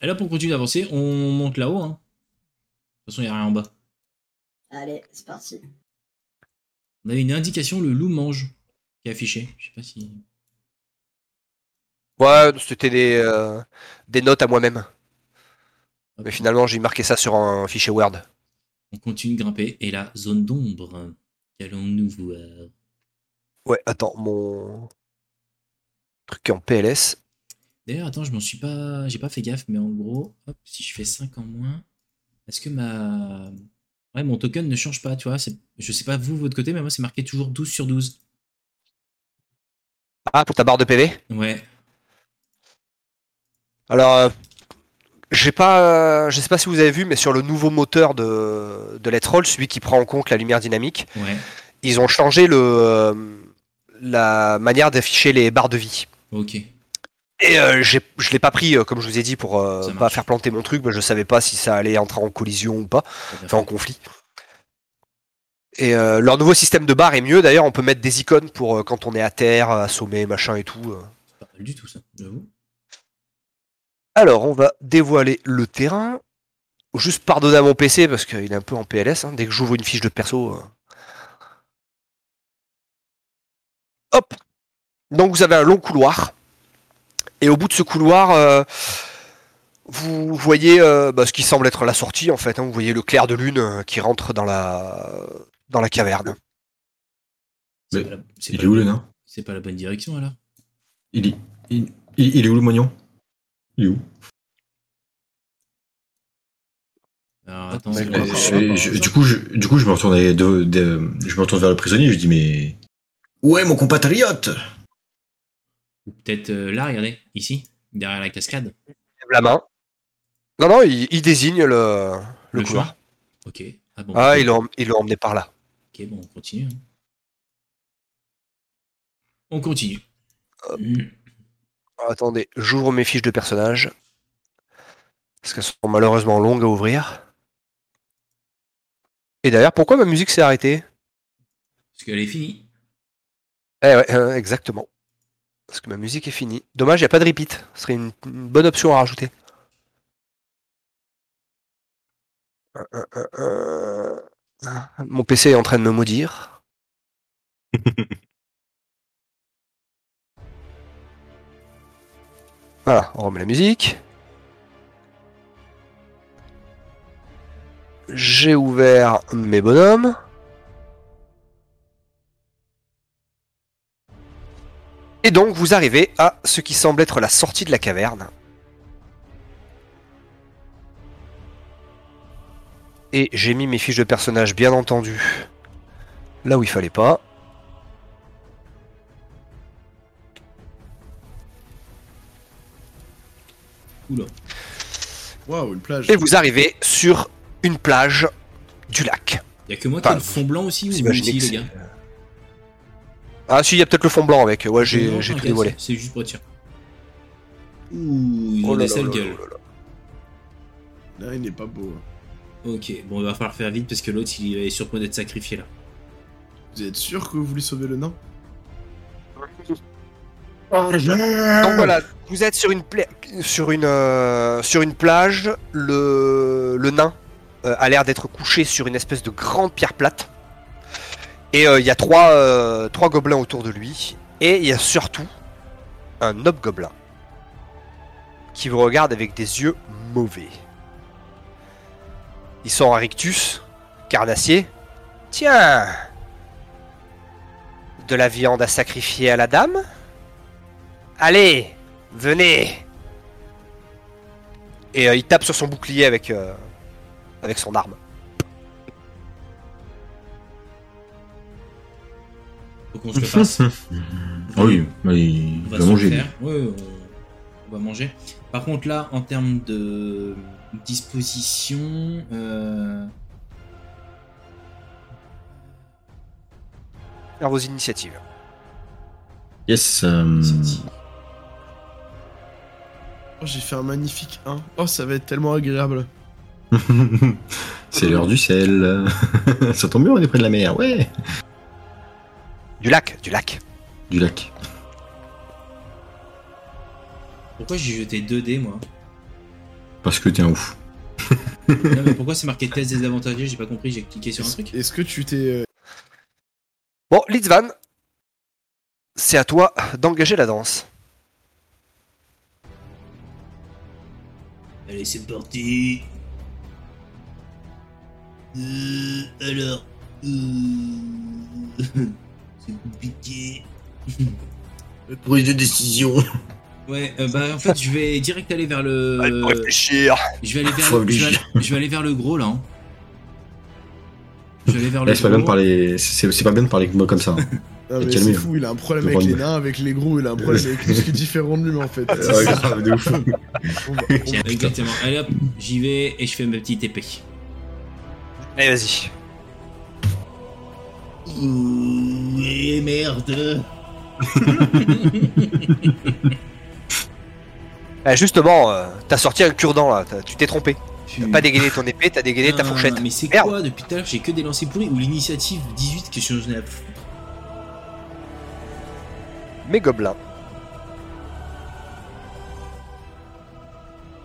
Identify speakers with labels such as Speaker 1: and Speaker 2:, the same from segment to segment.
Speaker 1: Et là, pour continuer d'avancer, on monte là-haut. Hein. De toute façon, il n'y a rien en bas.
Speaker 2: Allez, c'est parti.
Speaker 1: On avait une indication, le loup mange, qui est affichée. Je sais pas si.
Speaker 3: Ouais, c'était des, euh, des notes à moi-même. Mais finalement, j'ai marqué ça sur un fichier Word.
Speaker 1: On continue de grimper. Et la zone d'ombre. Qu'allons-nous voir
Speaker 3: Ouais, attends, mon truc est en PLS.
Speaker 1: D'ailleurs, attends, je m'en suis pas. J'ai pas fait gaffe, mais en gros, hop, si je fais 5 en moins, est-ce que ma. Ouais, mon token ne change pas, tu vois. c'est- Je sais pas vous, votre côté, mais moi, c'est marqué toujours 12 sur 12.
Speaker 3: Ah, pour ta barre de PV
Speaker 1: Ouais.
Speaker 3: Alors, euh, j'ai pas, euh, je sais pas si vous avez vu, mais sur le nouveau moteur de, de Let's Roll, celui qui prend en compte la lumière dynamique,
Speaker 1: Ouais.
Speaker 3: ils ont changé le, euh, la manière d'afficher les barres de vie.
Speaker 1: Ok.
Speaker 3: Et euh, j'ai- je l'ai pas pris, euh, comme je vous ai dit, pour euh,
Speaker 1: Ça marche.
Speaker 3: pas faire planter mon truc, mais je savais pas si ça allait entrer en collision ou pas,
Speaker 1: Très bien
Speaker 3: enfin en
Speaker 1: fait.
Speaker 3: conflit. Et euh, leur nouveau système de barres est mieux, d'ailleurs, on peut mettre des icônes pour euh, quand on est à terre, à sommet, machin et tout. euh.
Speaker 1: C'est pas mal du tout, ça, j'avoue.
Speaker 3: Alors, on va dévoiler le terrain. Juste pardonner à mon PC parce qu'il est un peu en PLS. hein. Dès que j'ouvre une fiche de perso. euh. Hop Donc, vous avez un long couloir. Et au bout de ce couloir, euh, vous voyez euh, bah, ce qui semble être la sortie en fait. hein. Vous voyez le clair de lune euh, qui rentre dans la, dans la caverne.
Speaker 1: C'est
Speaker 4: Mais
Speaker 1: pas la- c'est
Speaker 4: Il
Speaker 1: pas
Speaker 4: est où
Speaker 1: la-
Speaker 4: le nain
Speaker 1: C'est pas la bonne direction, alors.
Speaker 4: il, est- il, il- il est où le moignon Il est où
Speaker 1: Alors, attends,
Speaker 3: Mais
Speaker 1: c'est
Speaker 3: quoi,
Speaker 1: pas-
Speaker 4: Et
Speaker 3: ça
Speaker 4: Euh, je-
Speaker 3: va
Speaker 4: et
Speaker 3: pas,
Speaker 4: je-
Speaker 3: ça
Speaker 4: Du coup, je, du coup, je me retourne, à- de- de- je me retourne vers le prisonnier. Je dis mais où est mon compatriote
Speaker 1: Ou peut-être euh, là, regardez, ici, derrière la cascade.
Speaker 3: Il lève la main. Non, non, il, il désigne le, le
Speaker 1: Le
Speaker 3: couloir.
Speaker 1: chemin. Ok. Ah bon.
Speaker 3: Ah, il l'a em- il l'a emmené par là.
Speaker 1: Ok, bon, on continue. hein. On continue. Hmm.
Speaker 3: Attendez, j'ouvre mes fiches de personnages. Parce qu'elles sont malheureusement longues à ouvrir. Et d'ailleurs, pourquoi ma musique s'est arrêtée
Speaker 1: Parce qu'elle est finie.
Speaker 3: Eh ouais, euh, exactement. Parce que ma musique est finie. Dommage, il n'y a pas de repeat. Ce serait une, une bonne option à rajouter. Euh, euh, euh, euh. Mon PC est en train de me maudire. Voilà, on remet la musique. J'ai ouvert mes bonhommes. Et donc vous arrivez à ce qui semble être la sortie de la caverne. Et j'ai mis mes fiches de personnages bien entendu là où il fallait pas.
Speaker 1: Oula.
Speaker 5: Waouh, une plage.
Speaker 3: Et vous arrivez sur une plage du lac.
Speaker 1: Il y a que moi qui
Speaker 3: Enfin,
Speaker 1: ai le fond blanc aussi, ou
Speaker 3: vous
Speaker 1: vous
Speaker 3: imaginez
Speaker 1: aussi,
Speaker 3: que
Speaker 1: les
Speaker 3: c'est-
Speaker 1: gars
Speaker 3: Ah si, il y a peut-être le fond blanc avec. Ouais,
Speaker 1: Non,
Speaker 3: j'ai j'ai tout
Speaker 1: t'inquiète,
Speaker 3: dévoilé.
Speaker 1: C'est juste pour dire. Ouh, ils ont
Speaker 3: Oh là
Speaker 1: des
Speaker 3: là
Speaker 1: sales
Speaker 3: là
Speaker 1: gueules.
Speaker 3: là là.
Speaker 5: Là, il n'est pas beau. hein.
Speaker 1: Ok, bon, il va falloir faire vite parce que l'autre, il est sur le point d'être sacrifié là.
Speaker 5: Vous êtes sûr que vous voulez sauver le nain
Speaker 4: Ah
Speaker 3: Donc voilà, vous êtes sur une, pla- sur une, euh, sur une plage, le, le nain euh, a l'air d'être couché sur une espèce de grande pierre plate. Et euh, il y a trois, euh, trois gobelins autour de lui. Et il y a surtout un hobgoblin qui vous regarde avec des yeux mauvais. Ils sont en rictus, carnassier. Tiens De la viande à sacrifier à la dame Allez, venez Et euh, il tape sur son bouclier avec, euh, avec son arme.
Speaker 1: Faut qu'on se le fasse.
Speaker 4: Ah oui, mais il
Speaker 1: On va
Speaker 4: va,
Speaker 1: se le
Speaker 4: manger. lui.
Speaker 1: faire. Ouais, ouais, on... on va manger. Par contre, là, en termes de disposition, euh,
Speaker 3: Vers vos initiatives.
Speaker 4: Yes. euh,
Speaker 1: c'est-
Speaker 5: Oh, j'ai fait un magnifique 1. Oh, ça va être tellement agréable.
Speaker 4: C'est l'heure du sel. Ça tombe bien, on est près de la mer. Ouais.
Speaker 3: Du lac, du lac.
Speaker 4: Du lac.
Speaker 1: pourquoi j'ai jeté 2 dés moi
Speaker 4: Parce que t'es un ouf.
Speaker 1: Non, mais pourquoi c'est marqué test désavantagé J'ai pas compris, j'ai cliqué sur un
Speaker 5: Est-ce
Speaker 1: truc.
Speaker 5: est-ce que tu t'es. euh,
Speaker 3: Bon, Litzvan, c'est à toi d'engager la danse.
Speaker 1: Allez, c'est parti. Euh, alors. euh, c'est compliqué.
Speaker 4: Prise de décision.
Speaker 1: Ouais, euh, bah en fait, je vais direct aller vers le.
Speaker 3: Allez, faut réfléchir.
Speaker 1: Je vais aller vers
Speaker 4: Faut
Speaker 1: le, je vais,
Speaker 4: obliger.
Speaker 1: aller- je vais aller vers le gros là. hein. Je vais aller vers
Speaker 4: Là,
Speaker 1: le
Speaker 4: c'est pas bien de
Speaker 1: gros.
Speaker 4: parler. C'est c'est pas bien de parler que moi comme ça. hein.
Speaker 5: Ah,
Speaker 4: Et
Speaker 5: mais
Speaker 4: calmez,
Speaker 5: c'est
Speaker 4: hein.
Speaker 5: fou, il a un problème
Speaker 4: Le
Speaker 5: avec les
Speaker 4: rhum.
Speaker 5: nains, avec les gros, il a un problème avec tout ce qui est différent de lui, en fait.
Speaker 4: Ah ouais, grave de ouf.
Speaker 5: On va-
Speaker 1: Tiens, Exactement. Allez hop, j'y vais et je fais ma petite épée.
Speaker 3: Allez, vas-y.
Speaker 1: Ouh, et merde.
Speaker 3: Ah, justement, euh, t'as sorti un cure-dent là, t'as- tu t'es trompé. T'as pas
Speaker 1: Putain,
Speaker 3: dégainé ton épée, t'as dégainé ta fourchette.
Speaker 1: Ah, Euh, Mais c'est
Speaker 3: Merde.
Speaker 1: quoi depuis tout à l'heure J'ai que des lancers pourris ou l'initiative 18 que je n'ai à foutre.
Speaker 3: Mes gobelins.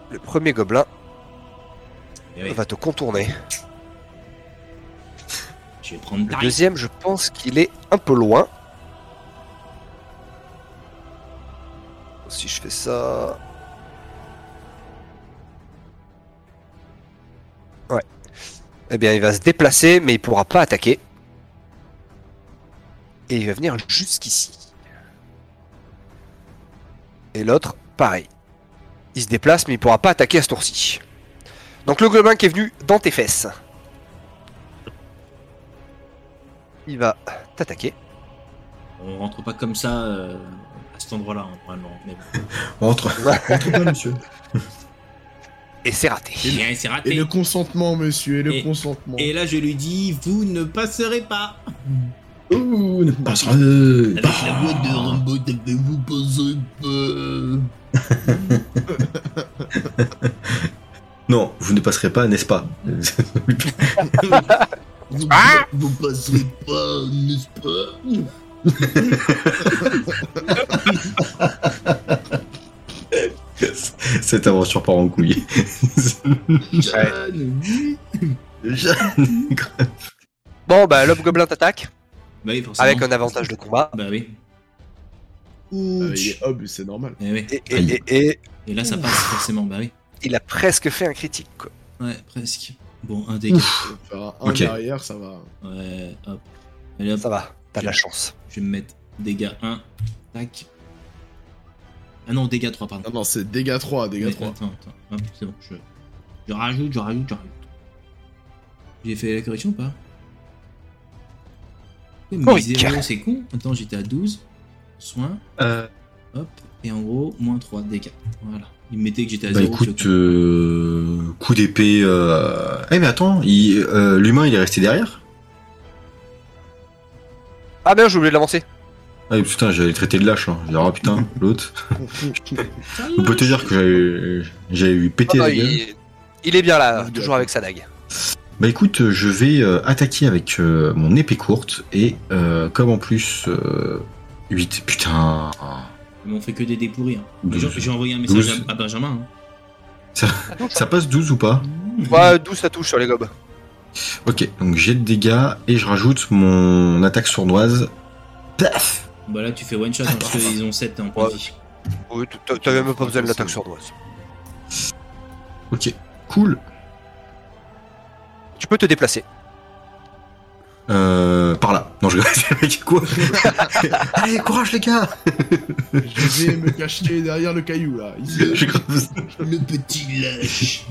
Speaker 3: Le premier gobelin
Speaker 1: Eh ouais,
Speaker 3: va te contourner.
Speaker 1: Je vais prendre
Speaker 3: Le
Speaker 1: Darius.
Speaker 3: deuxième, je pense qu'il est un peu loin. Si je fais ça. Ouais. Eh bien, il va se déplacer, mais il pourra pas attaquer. Et il va venir jusqu'ici. Et l'autre, pareil. Il se déplace, mais il pourra pas attaquer à ce tour-ci. Donc le gobelin qui est venu dans tes fesses. Il va t'attaquer.
Speaker 1: On rentre pas comme ça euh, à cet endroit-là, hein, vraiment. Mais bon.
Speaker 4: Entre. Entre pas, monsieur.
Speaker 3: Et c'est raté.
Speaker 1: Bien, c'est
Speaker 5: Et
Speaker 1: raté.
Speaker 5: le consentement, monsieur, et le
Speaker 1: Et-
Speaker 5: consentement.
Speaker 1: Et là, je lui dis, vous ne passerez pas.
Speaker 4: Ouh, ne passera.
Speaker 1: Avec la voix de Rambo, de vous passerez pas.
Speaker 4: Non, vous ne passerez pas, n'est-ce pas
Speaker 1: Vous,
Speaker 3: Ah
Speaker 1: vous passerez pas, n'est-ce pas
Speaker 4: Cette aventure part en couille.
Speaker 1: Jeanne
Speaker 4: Jeanne, grave.
Speaker 3: Bon, bah, l'homme gobelin t'attaque
Speaker 1: Bah oui, forcément.
Speaker 3: avec un avantage de combat.
Speaker 1: Bah oui.
Speaker 5: Euh, il est hob, c'est normal.
Speaker 1: Eh oui.
Speaker 3: Et, et- et- et
Speaker 1: Et là, ça passe forcément, bah oui.
Speaker 3: il a presque fait un critique. quoi.
Speaker 1: Ouais, presque. Bon, un dégât.
Speaker 5: On va Faire un
Speaker 4: Ok.
Speaker 5: derrière, ça va.
Speaker 1: Ouais, hop. Allez, hop.
Speaker 3: Ça va, t'as de la chance.
Speaker 1: Je vais me mettre dégâts 1. Tac. Ah non, dégâts 3, pardon.
Speaker 5: Non, non, c'est dégâts 3, dégâts
Speaker 1: Mais
Speaker 5: 3.
Speaker 1: Attends, attends. Hop, c'est bon. Je... je rajoute, je rajoute, je rajoute. J'ai fait la correction ou pas Oui, mais
Speaker 3: Oh,
Speaker 1: 0, c'est con. Attends, j'étais à 12. Soin.
Speaker 4: Euh, Bah,
Speaker 1: Hop. Et en gros, moins 3 dégâts. Voilà. Il me mettait que j'étais à
Speaker 4: Bah
Speaker 1: 0.
Speaker 4: écoute, euh, coup d'épée. euh, Eh, mais attends, il- euh, l'humain, il est resté derrière
Speaker 3: Ah, merde, j'ai oublié de l'avancer.
Speaker 4: Ah, putain, j'avais traité de lâche. Hein. J'ai dit, Ah, putain, l'autre. On peut te dire que j'avais- j'avais eu péter
Speaker 3: Non, non,
Speaker 4: la gueule.
Speaker 3: Ah, il, il est bien là,
Speaker 5: Il est
Speaker 3: toujours
Speaker 5: bien.
Speaker 3: avec sa dague.
Speaker 4: Bah écoute, euh, je vais euh, attaquer avec euh, mon épée courte et euh, comme en plus 8, putain,
Speaker 1: Mais on fait que des dés pourris. hein. Mais
Speaker 4: Douze.
Speaker 1: J'ai j'ai envoyé un message
Speaker 4: Douze.
Speaker 1: à, à Benjamin. hein.
Speaker 4: ça passe 12 ou pas
Speaker 3: Ouais, d'où ça touche sur les gobes.
Speaker 4: Ok, donc j'ai de dégâts et je rajoute mon attaque sournoise. Paf
Speaker 1: Bah là, tu fais one shot hein, parce qu'ils ont 7 en point de
Speaker 3: Ouais.
Speaker 1: vie.
Speaker 3: Oui, t- t- t'avais même pas besoin de l'attaque sournoise.
Speaker 4: Ok, cool.
Speaker 3: Tu peux te déplacer.
Speaker 4: Euh, par là. Non, je rigole, quoi Allez, courage les gars
Speaker 5: Je vais me cacher derrière le caillou, là. Ici.
Speaker 4: J'ai grave-
Speaker 1: Le petit lâche.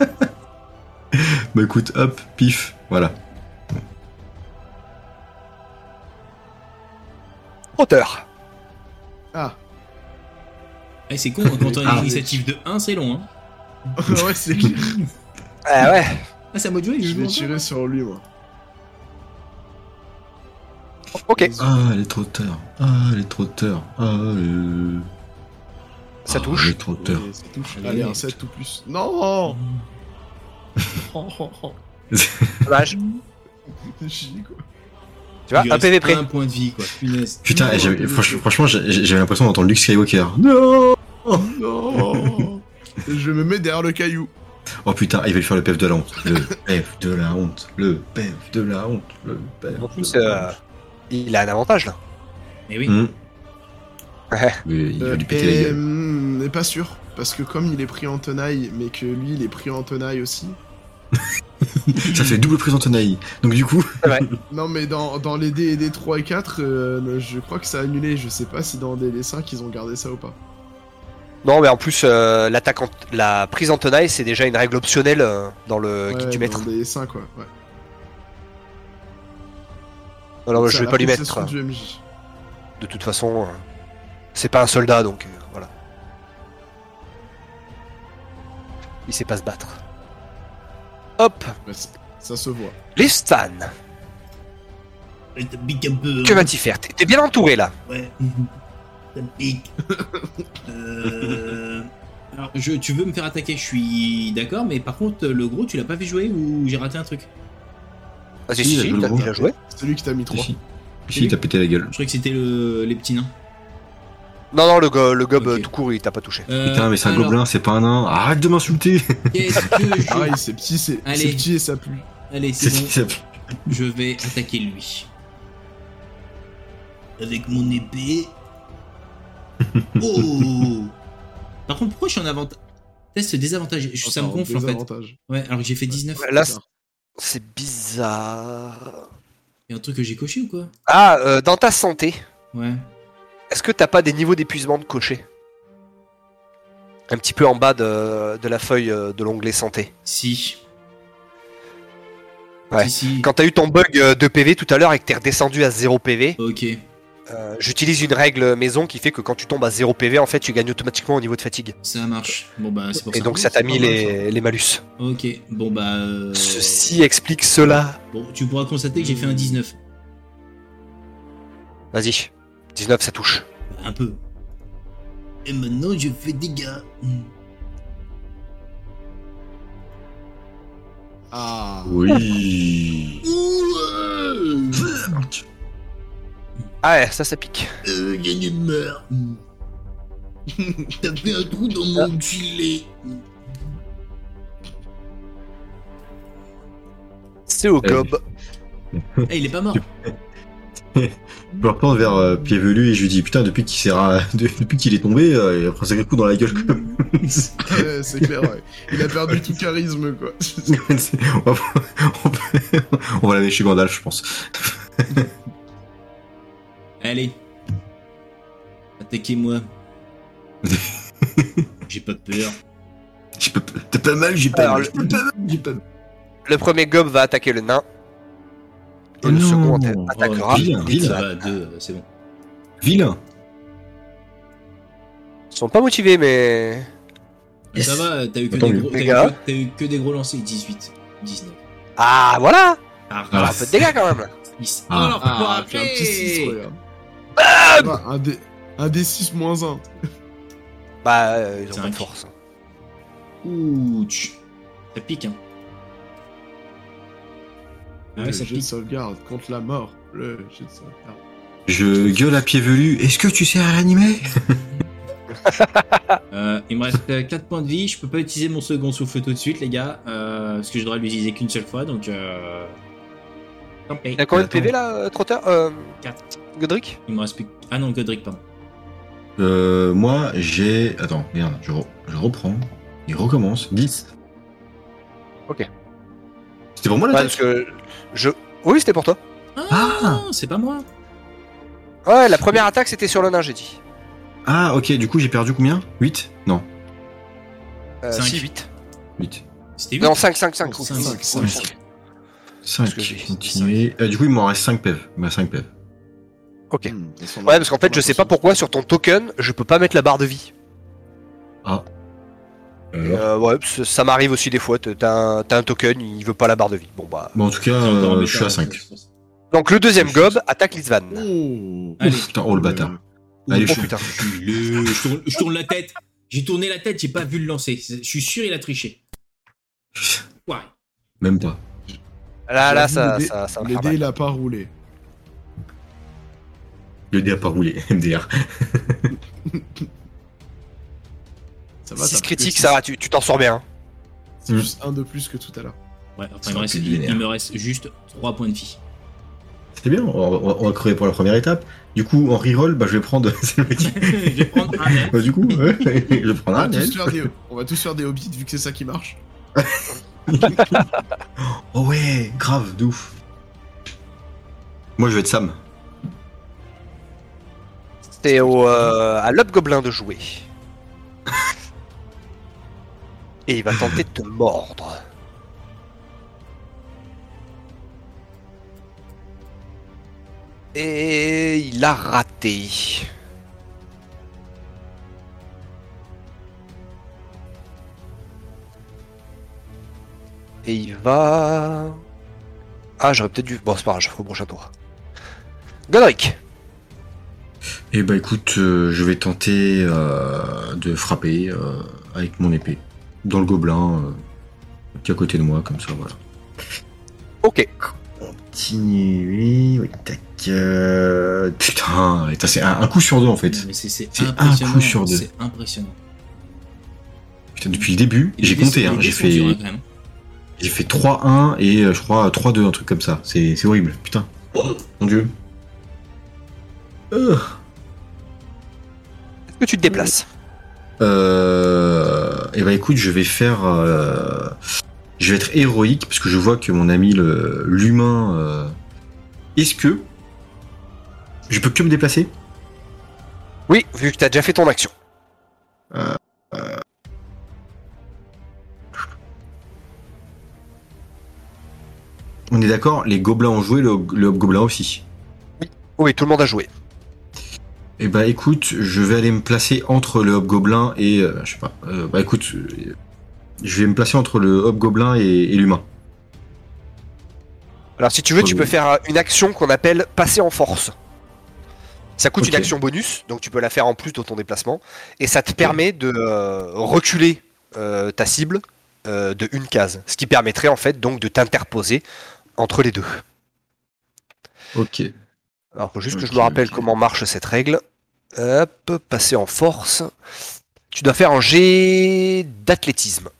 Speaker 4: Bah écoute, hop, pif, voilà.
Speaker 3: Hauteur.
Speaker 5: Ah,
Speaker 1: Eh, c'est con, hein, quand on a
Speaker 4: Ah.
Speaker 1: une initiative de 1, c'est long. Hein.
Speaker 5: ouais, c'est clair.
Speaker 3: Ah ouais.
Speaker 1: Ah, c'est à moi de jouer, il
Speaker 5: Je
Speaker 1: joue
Speaker 5: vais
Speaker 1: encore.
Speaker 5: tirer sur lui, moi.
Speaker 3: Ok,
Speaker 4: Ah, elle est trop tard. Ah, elle est trop tard. Ah, euh...
Speaker 3: ça
Speaker 4: ah,
Speaker 3: touche.
Speaker 4: Elle est trop tard.
Speaker 5: Et ça touche.
Speaker 1: Allez,
Speaker 5: Allez, un
Speaker 1: mec.
Speaker 5: 7 ou plus. Non
Speaker 3: Dommage.
Speaker 5: Chier, quoi.
Speaker 3: Tu vois,
Speaker 4: Ah,
Speaker 1: Il
Speaker 3: un
Speaker 1: reste
Speaker 3: PV près.
Speaker 1: Un point de vie, quoi. Punaise.
Speaker 4: Putain, eh,
Speaker 5: Non,
Speaker 4: j'avais-
Speaker 5: non,
Speaker 4: franch-
Speaker 5: non.
Speaker 4: franchement, j'ai- j'avais l'impression d'entendre Luke Skywalker.
Speaker 5: Oh, non Je me mets derrière le caillou.
Speaker 4: Oh putain, il va lui faire le PF de la honte. Le PF de la honte. Le PF de la honte. Le PF.
Speaker 3: En plus,
Speaker 4: de la
Speaker 3: euh,
Speaker 4: honte.
Speaker 3: il a un avantage là.
Speaker 1: Mais Eh oui.
Speaker 4: Hmm.
Speaker 3: Ouais.
Speaker 4: Mais il va
Speaker 5: Euh,
Speaker 4: lui péter la
Speaker 5: et,
Speaker 4: gueule.
Speaker 5: hum, pas sûr, parce que comme il est pris en tenaille, mais que lui il est pris en tenaille aussi.
Speaker 4: Ça fait double prise en tenaille. Donc du coup,
Speaker 5: Non, mais dans, dans les D et D 3 et 4, euh, je crois que ça a annulé. Je sais pas si dans DD 5 ils ont gardé ça ou pas.
Speaker 3: Non, mais en plus, euh, l'attaque en- la prise en tenaille, c'est déjà une règle optionnelle euh, dans le guide
Speaker 5: ouais,
Speaker 3: du maître.
Speaker 5: Dans DD 5, ouais. ouais.
Speaker 3: Alors, Oh,
Speaker 5: C'est
Speaker 3: je vais
Speaker 5: la
Speaker 3: pas lui mettre.
Speaker 5: concession du MJ.
Speaker 3: De toute façon, euh, c'est pas un soldat, donc euh, voilà. Il sait pas se battre. Hop,
Speaker 5: Ouais, c'est- ça se voit.
Speaker 3: les Stan.
Speaker 1: Ça te pique un peu.
Speaker 3: Que
Speaker 1: hein.
Speaker 3: vas-tu faire T'es t'es bien entouré là.
Speaker 1: Ouais. Ça te pique. Euh, Alors, je, tu veux me faire attaquer, je suis d'accord, mais par contre, le gros, tu l'as pas fait jouer ou j'ai raté un truc
Speaker 3: Vas-y,
Speaker 4: Si,
Speaker 3: si,
Speaker 4: il a
Speaker 3: si,
Speaker 4: joué
Speaker 3: il a-
Speaker 4: le gros.
Speaker 3: il a joué.
Speaker 5: C'est lui qui t'a mis 3.
Speaker 4: ici. Ici, il t'a pété la gueule.
Speaker 1: Je croyais que c'était le... les petits nains.
Speaker 3: Non, non, le, go- le gob
Speaker 1: Ok.
Speaker 3: euh, tout court, il t'a pas touché.
Speaker 1: Euh,
Speaker 4: Putain, mais c'est un
Speaker 1: alors,
Speaker 4: gobelin, c'est pas un nain. Arrête de m'insulter.
Speaker 1: Qu'est-ce que je.
Speaker 5: Pareil, c'est Ah, petit, c'est
Speaker 1: Allez.
Speaker 5: c'est petit et ça pue.
Speaker 1: Allez,
Speaker 4: C'est
Speaker 1: c'est
Speaker 4: ce
Speaker 1: bon.
Speaker 4: qui s'appelle.
Speaker 1: Je vais attaquer lui. Avec mon épée. Oh Par contre, pourquoi je suis en avantage Test désavantage. Je- ça me
Speaker 5: Enfin,
Speaker 1: gonfle en fait.
Speaker 5: désavantage.
Speaker 1: Ouais, alors que j'ai fait 19.
Speaker 3: Ouais, Là, c'est- c'est bizarre.
Speaker 1: Il y a un truc que j'ai coché ou quoi
Speaker 3: Ah, euh, dans ta santé,
Speaker 1: Ouais.
Speaker 3: est-ce que t'as pas des niveaux d'épuisement de cocher Un petit peu en bas de, de la feuille euh, de l'onglet santé.
Speaker 1: Si.
Speaker 3: Ouais.
Speaker 1: Si, si.
Speaker 3: Quand t'as eu ton bug euh, de PV tout à l'heure et que t'es redescendu à 0 PV,
Speaker 1: Ok.
Speaker 3: euh, j'utilise une règle maison qui fait que quand tu tombes à 0 PV, en fait, tu gagnes automatiquement au niveau de fatigue.
Speaker 1: Ça marche. Bon bah, c'est pour
Speaker 3: Et
Speaker 1: ça.
Speaker 3: donc ça t'a
Speaker 5: c'est
Speaker 3: mis
Speaker 5: pas mal,
Speaker 3: les, les malus.
Speaker 1: Ok. Bon bah. euh,
Speaker 3: Ceci explique cela.
Speaker 1: Bon, tu pourras constater que j'ai fait un 19.
Speaker 3: Vas-y. 19, ça touche.
Speaker 1: Un peu. Et maintenant, je fais des gars.
Speaker 5: Ah.
Speaker 4: Oui.
Speaker 1: Ouah
Speaker 3: Ah ouais, ça, ça pique.
Speaker 1: Euh, y a des meurs. T'as fait un trou dans mon gilet.
Speaker 3: C'est au
Speaker 4: Euh,
Speaker 3: globe.
Speaker 1: Eh, il est pas mort.
Speaker 4: Je me retourne vers euh, Pievelu et je lui dis putain depuis qu'il s'est ra- de- depuis qu'il est tombé, euh, il a pris un coup dans la gueule. quand même.
Speaker 5: Ouais, c'est clair, ouais. Il a perdu tout charisme, quoi.
Speaker 4: C'est- on, va... on peut- on va l'amener chez Gandalf, je pense.
Speaker 1: Allez. Attaquez-moi. J'ai pas peur.
Speaker 4: J'ai pas- T'as pas mal, j'ai pas
Speaker 3: Alors,
Speaker 4: mal. j'ai pas mal, j'ai pas mal.
Speaker 3: Le premier gob va attaquer le nain. Et
Speaker 4: Oh
Speaker 3: le
Speaker 4: non.
Speaker 3: second
Speaker 4: Oh,
Speaker 3: atta- attaquera.
Speaker 4: vilain,
Speaker 3: les
Speaker 4: vilain.
Speaker 1: Ça
Speaker 3: nains.
Speaker 1: va, deux, euh, c'est bon.
Speaker 4: Vilain.
Speaker 3: Ils sont pas motivés, mais.
Speaker 1: Mais Ah, Ça va, t'as eu, que
Speaker 4: Attends,
Speaker 1: des
Speaker 4: mais
Speaker 1: gros- t'as eu
Speaker 3: Pega.
Speaker 1: que- t'as eu que des gros lancers. 18, 19.
Speaker 3: Ah voilà
Speaker 1: Ah,
Speaker 4: Ah.
Speaker 3: Un peu de dégâts quand même.
Speaker 1: six.
Speaker 4: Ah.
Speaker 1: Alors, faut pas
Speaker 5: puis un petit 6,
Speaker 1: appeler.
Speaker 5: regarde. Ah, un, D... un D6 moins 1.
Speaker 3: Bah, euh, ils ont
Speaker 1: Cinq.
Speaker 3: pas de force.
Speaker 1: Ouch. Ça pique, hein. Ah
Speaker 4: Euh,
Speaker 1: ouais,
Speaker 5: le
Speaker 1: ça
Speaker 5: jet de
Speaker 1: pique.
Speaker 5: sauvegarde contre la mort. Le jet de sauvegarde.
Speaker 4: Je gueule à Pievelu. Est-ce que tu sais à réanimer
Speaker 1: Euh, il me reste 4 points de vie, je peux pas utiliser mon second souffle tout de suite les gars, euh, parce que je devrais l'utiliser qu'une seule fois donc... Euh... Tant pis.
Speaker 3: Il a combien de
Speaker 4: Attends.
Speaker 3: PV là, euh, Trotteur euh,
Speaker 1: Quatre.
Speaker 3: Godric
Speaker 1: Il me reste plus... que- Ah non, Godric, pardon.
Speaker 4: Euh, moi, j'ai. Attends, merde, je, re- je reprends. Il recommence. 10.
Speaker 3: Ok.
Speaker 4: C'était pour moi
Speaker 3: Ouais,
Speaker 4: la
Speaker 3: Parce que je. Oui, c'était pour toi.
Speaker 1: Ah,
Speaker 4: Ah
Speaker 1: C'est pas moi
Speaker 3: Ouais, la première attaque c'était sur le nain, j'ai dit.
Speaker 4: Ah, ok, du coup, j'ai perdu combien 8 Non,
Speaker 3: Euh,
Speaker 1: Cinq.
Speaker 3: 6, 8.
Speaker 4: 8.
Speaker 1: C'était lui
Speaker 3: Non, 5, 5, 5.
Speaker 1: Cinq, cinq, cinq.
Speaker 4: 5.
Speaker 3: que j'ai-
Speaker 4: Continuer. Euh, du coup, il m'en reste Bah, 5 PEV. Il m'a 5 PEV.
Speaker 3: Ok.
Speaker 5: Hmm.
Speaker 3: Ouais, parce qu'en fait, je sais pas pourquoi sur ton token, je peux pas mettre la barre de vie. Euh, ouais, parce que ça m'arrive aussi des fois. t'as- T'as un, t'as un token, il veut pas la barre de vie. Bon bah.
Speaker 4: Bon, en tout
Speaker 1: C'est
Speaker 4: cas,
Speaker 1: encore
Speaker 4: euh,
Speaker 1: embêtant,
Speaker 4: je suis à
Speaker 1: hein,
Speaker 4: 5.
Speaker 1: c'est- c'est-
Speaker 3: Donc le deuxième
Speaker 4: Je suis-
Speaker 3: gob attaque Lisvan.
Speaker 5: Oh.
Speaker 1: Allez.
Speaker 4: Putain, oh le bâtard. Allez,
Speaker 3: Oh
Speaker 4: je-
Speaker 3: putain.
Speaker 1: Je suis le- je tourne, je tourne la tête J'ai tourné la tête, j'ai pas vu le lancer. Je suis sûr il a triché. Ouais.
Speaker 4: Même pas.
Speaker 3: Là, là, ça,
Speaker 5: Le dé-
Speaker 3: ça, ça va
Speaker 5: Euh, Le
Speaker 3: faire
Speaker 5: dé,
Speaker 3: mal.
Speaker 5: il a pas roulé.
Speaker 4: Le dé a pas roulé, MDR.
Speaker 5: Ça
Speaker 3: 6
Speaker 5: va, t'as plus que
Speaker 3: critiques,
Speaker 5: six.
Speaker 3: ça va, tu tu t'en sors bien. hein.
Speaker 5: C'est
Speaker 4: Mm.
Speaker 5: juste un de plus que tout à l'heure.
Speaker 1: Ouais, enfin,
Speaker 4: Ça
Speaker 1: il, me
Speaker 4: aurait
Speaker 1: reste,
Speaker 4: pu
Speaker 1: il- il
Speaker 4: devenir.
Speaker 1: me reste juste 3 points de vie.
Speaker 4: C'est bien, on va, on va- on va crever pour la première étape. Du coup, en reroll, bah, je vais prendre. c'est le mec qui-
Speaker 1: je vais prendre un net.
Speaker 4: bah, du coup, ouais, je prends
Speaker 5: On va,
Speaker 4: un.
Speaker 5: tous
Speaker 4: elle.
Speaker 5: faire des... on va tous faire des hobbits vu que c'est ça qui marche.
Speaker 4: Oh ouais, grave, de ouf. Moi, je vais être Sam.
Speaker 3: C'est au, euh, à l'Hobgoblin de jouer. Et il va tenter de te mordre. Et il a raté. Et il va... Ah, j'aurais peut-être dû... Bon, c'est pas grave, je ferai au prochain tour. Godric
Speaker 4: Eh bah, écoute, euh, je vais tenter euh, de frapper euh, avec mon épée dans le gobelin euh, qui est à côté de moi, comme ça, voilà.
Speaker 3: Ok.
Speaker 4: Continue, oui, tac. euh, Putain, et t'as- c'est un, un coup sur deux en fait.
Speaker 1: Non, mais c'est- c'est
Speaker 4: C'est un
Speaker 1: impressionnant.
Speaker 4: coup sur deux.
Speaker 1: C'est impressionnant.
Speaker 4: Putain, depuis le début,
Speaker 1: Et
Speaker 4: j'ai
Speaker 1: les dés
Speaker 4: compté,
Speaker 1: sont-
Speaker 4: hein,
Speaker 1: les
Speaker 4: j'ai
Speaker 1: dés sont durs,
Speaker 4: fait,
Speaker 1: hein, quand même.
Speaker 4: j'ai fait 3-1 et euh, je crois 3-2, un truc comme ça. C'est c'est horrible, putain. Oh, mon dieu. Euh,
Speaker 3: Est-ce que tu te déplaces
Speaker 4: Euh, et bah écoute, je vais faire. euh, je vais être héroïque parce que je vois que mon ami le- l'humain. euh, Est-ce que. Je peux que me déplacer
Speaker 3: Oui, vu que t'as déjà fait ton action.
Speaker 4: On est d'accord, les gobelins ont joué, le, le hobgoblin aussi.
Speaker 3: Oui, tout le monde a joué.
Speaker 4: Et bah écoute, je vais aller me placer entre le hobgoblin et. euh, je sais pas. euh, bah écoute, euh, je vais me placer entre le hobgoblin et, et l'humain.
Speaker 3: Alors si tu veux, tu
Speaker 4: Oui.
Speaker 3: peux faire euh, une action qu'on appelle passer en force. Ça coûte une
Speaker 4: Ok.
Speaker 3: action bonus, donc tu peux la faire en plus de ton déplacement, et ça te permet de euh, reculer euh, ta cible euh, de une case, ce qui permettrait en fait donc de t'interposer entre les deux.
Speaker 4: Ok.
Speaker 3: Alors faut juste que je
Speaker 4: Ok,
Speaker 3: me rappelle
Speaker 4: ok.
Speaker 3: comment marche cette règle. Hop, passer en force. Tu dois faire un jet d'athlétisme.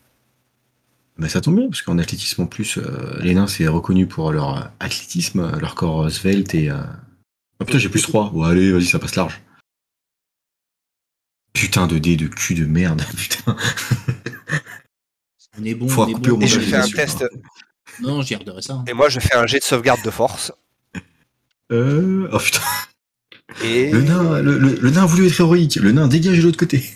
Speaker 4: Bah ça tombe bien, parce qu'en athlétisme en plus, euh, les nains c'est reconnu pour leur euh, athlétisme, euh, leur corps euh, svelte et. euh, Ah putain, j'ai plus 3. Bon, allez, vas-y, ça passe large. Putain de dés de cul de merde, putain.
Speaker 1: On est bon,
Speaker 4: Faut
Speaker 1: on est
Speaker 4: couper au
Speaker 1: bon.
Speaker 3: Et je
Speaker 4: montage. j'ai
Speaker 3: fais un
Speaker 4: déçu,
Speaker 3: test.
Speaker 1: Non, j'y regarderai ça. hein.
Speaker 3: Et moi, je fais un jet de sauvegarde de force.
Speaker 4: Euh... Oh putain,
Speaker 3: Et
Speaker 4: le nain, le, le- le nain a voulu être héroïque. Le nain dégage de l'autre côté.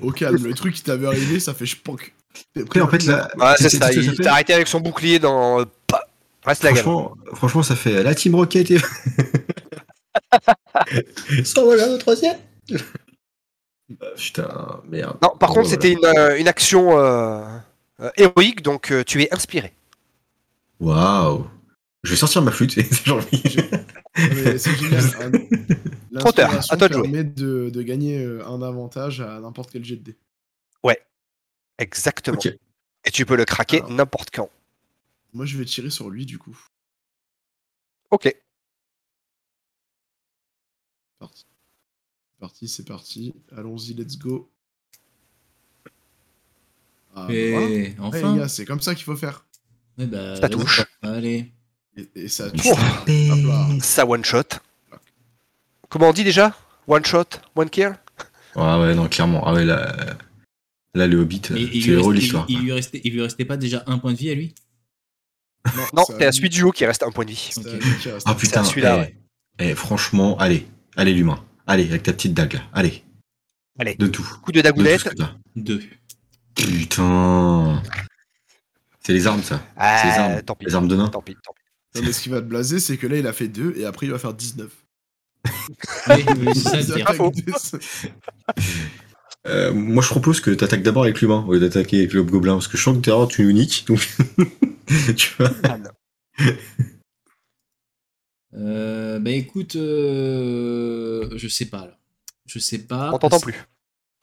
Speaker 5: Au calme, le truc qui t'avait arrivé, ça fait je panque.
Speaker 4: Après, en fait, là.
Speaker 3: Ouais, c'est
Speaker 4: c'est-
Speaker 3: ça.
Speaker 4: c'est-
Speaker 3: Il
Speaker 4: c'est-
Speaker 3: t'a arrêté avec son bouclier dans. Pas. Reste la gueule.
Speaker 4: Franchement, franchement, ça fait la Team Rocket et. Sans voilà le troisième. Euh, Putain, merde.
Speaker 3: Non, par contre,
Speaker 4: Voilà.
Speaker 3: c'était une, euh, une action euh, euh, héroïque, donc euh, tu es inspiré.
Speaker 4: Waouh. Je vais sortir ma flûte et j'ai envie.
Speaker 5: Mais c'est génial. hein.
Speaker 3: Trop tard,
Speaker 5: L'inspiration
Speaker 3: à toi de jouer.
Speaker 5: permet de, de gagner euh, un avantage à n'importe quel jet de dés.
Speaker 3: Exactement.
Speaker 4: Ok.
Speaker 3: Et tu peux le craquer
Speaker 5: Alors.
Speaker 3: n'importe quand.
Speaker 5: Moi, je vais tirer sur lui, du coup.
Speaker 3: Ok.
Speaker 5: Parti. C'est parti, c'est parti. Allons-y, let's go. Ah, voilà. Ouais,
Speaker 1: Et
Speaker 5: les
Speaker 1: enfin,
Speaker 5: gars, c'est comme ça qu'il faut faire.
Speaker 1: Ouais, bah,
Speaker 3: Ça
Speaker 1: vas-y.
Speaker 3: touche.
Speaker 1: Allez,
Speaker 5: Et, et ça
Speaker 3: Oh.
Speaker 5: Hop là.
Speaker 3: Ça one shot. Comment on dit déjà One shot, one kill
Speaker 4: Ouais, ouais, non, clairement. Ah ouais, là, euh, là le Hobbit, euh,
Speaker 1: Et- et
Speaker 4: c'est
Speaker 1: lui
Speaker 4: le héros de
Speaker 1: restait-
Speaker 4: l'histoire.
Speaker 1: il, il lui restait, il lui restait pas déjà un point de vie à lui
Speaker 3: Non,
Speaker 5: ça-
Speaker 3: c'est la suite du haut qui reste un point de vie.
Speaker 5: ça-
Speaker 1: Ok.
Speaker 5: qui reste.
Speaker 4: Ah putain,
Speaker 3: celui-là,
Speaker 4: eh,
Speaker 3: ouais.
Speaker 4: eh, franchement, allez, allez l'humain. Allez, avec ta petite dague là, allez.
Speaker 3: Allez.
Speaker 4: De tout.
Speaker 3: Coup de
Speaker 4: De tout ce
Speaker 3: dagoulette.
Speaker 4: que t'as.
Speaker 1: Deux.
Speaker 4: Putain. C'est les armes, ça. C'est les
Speaker 3: Ah,
Speaker 4: armes.
Speaker 3: tant pis.
Speaker 4: Les armes de nain.
Speaker 3: Tant pis, tant pis.
Speaker 5: Non, mais ce qui va te blaser, c'est que là, il a fait 2 et après, il va faire 19.
Speaker 1: Oui, oui, c'est ça le
Speaker 5: Il
Speaker 1: pire.
Speaker 5: attaque
Speaker 3: Bravo.
Speaker 5: des-
Speaker 4: Euh, moi, je propose que t'attaques d'abord avec l'humain au lieu d'attaquer avec le gobelin parce que je sens que t'es tu es unique. Donc... tu vois.
Speaker 3: Ah, non.
Speaker 1: Euh, bah écoute, euh, je sais pas. Là. Je sais pas.
Speaker 3: On t'entend
Speaker 1: parce-
Speaker 3: plus.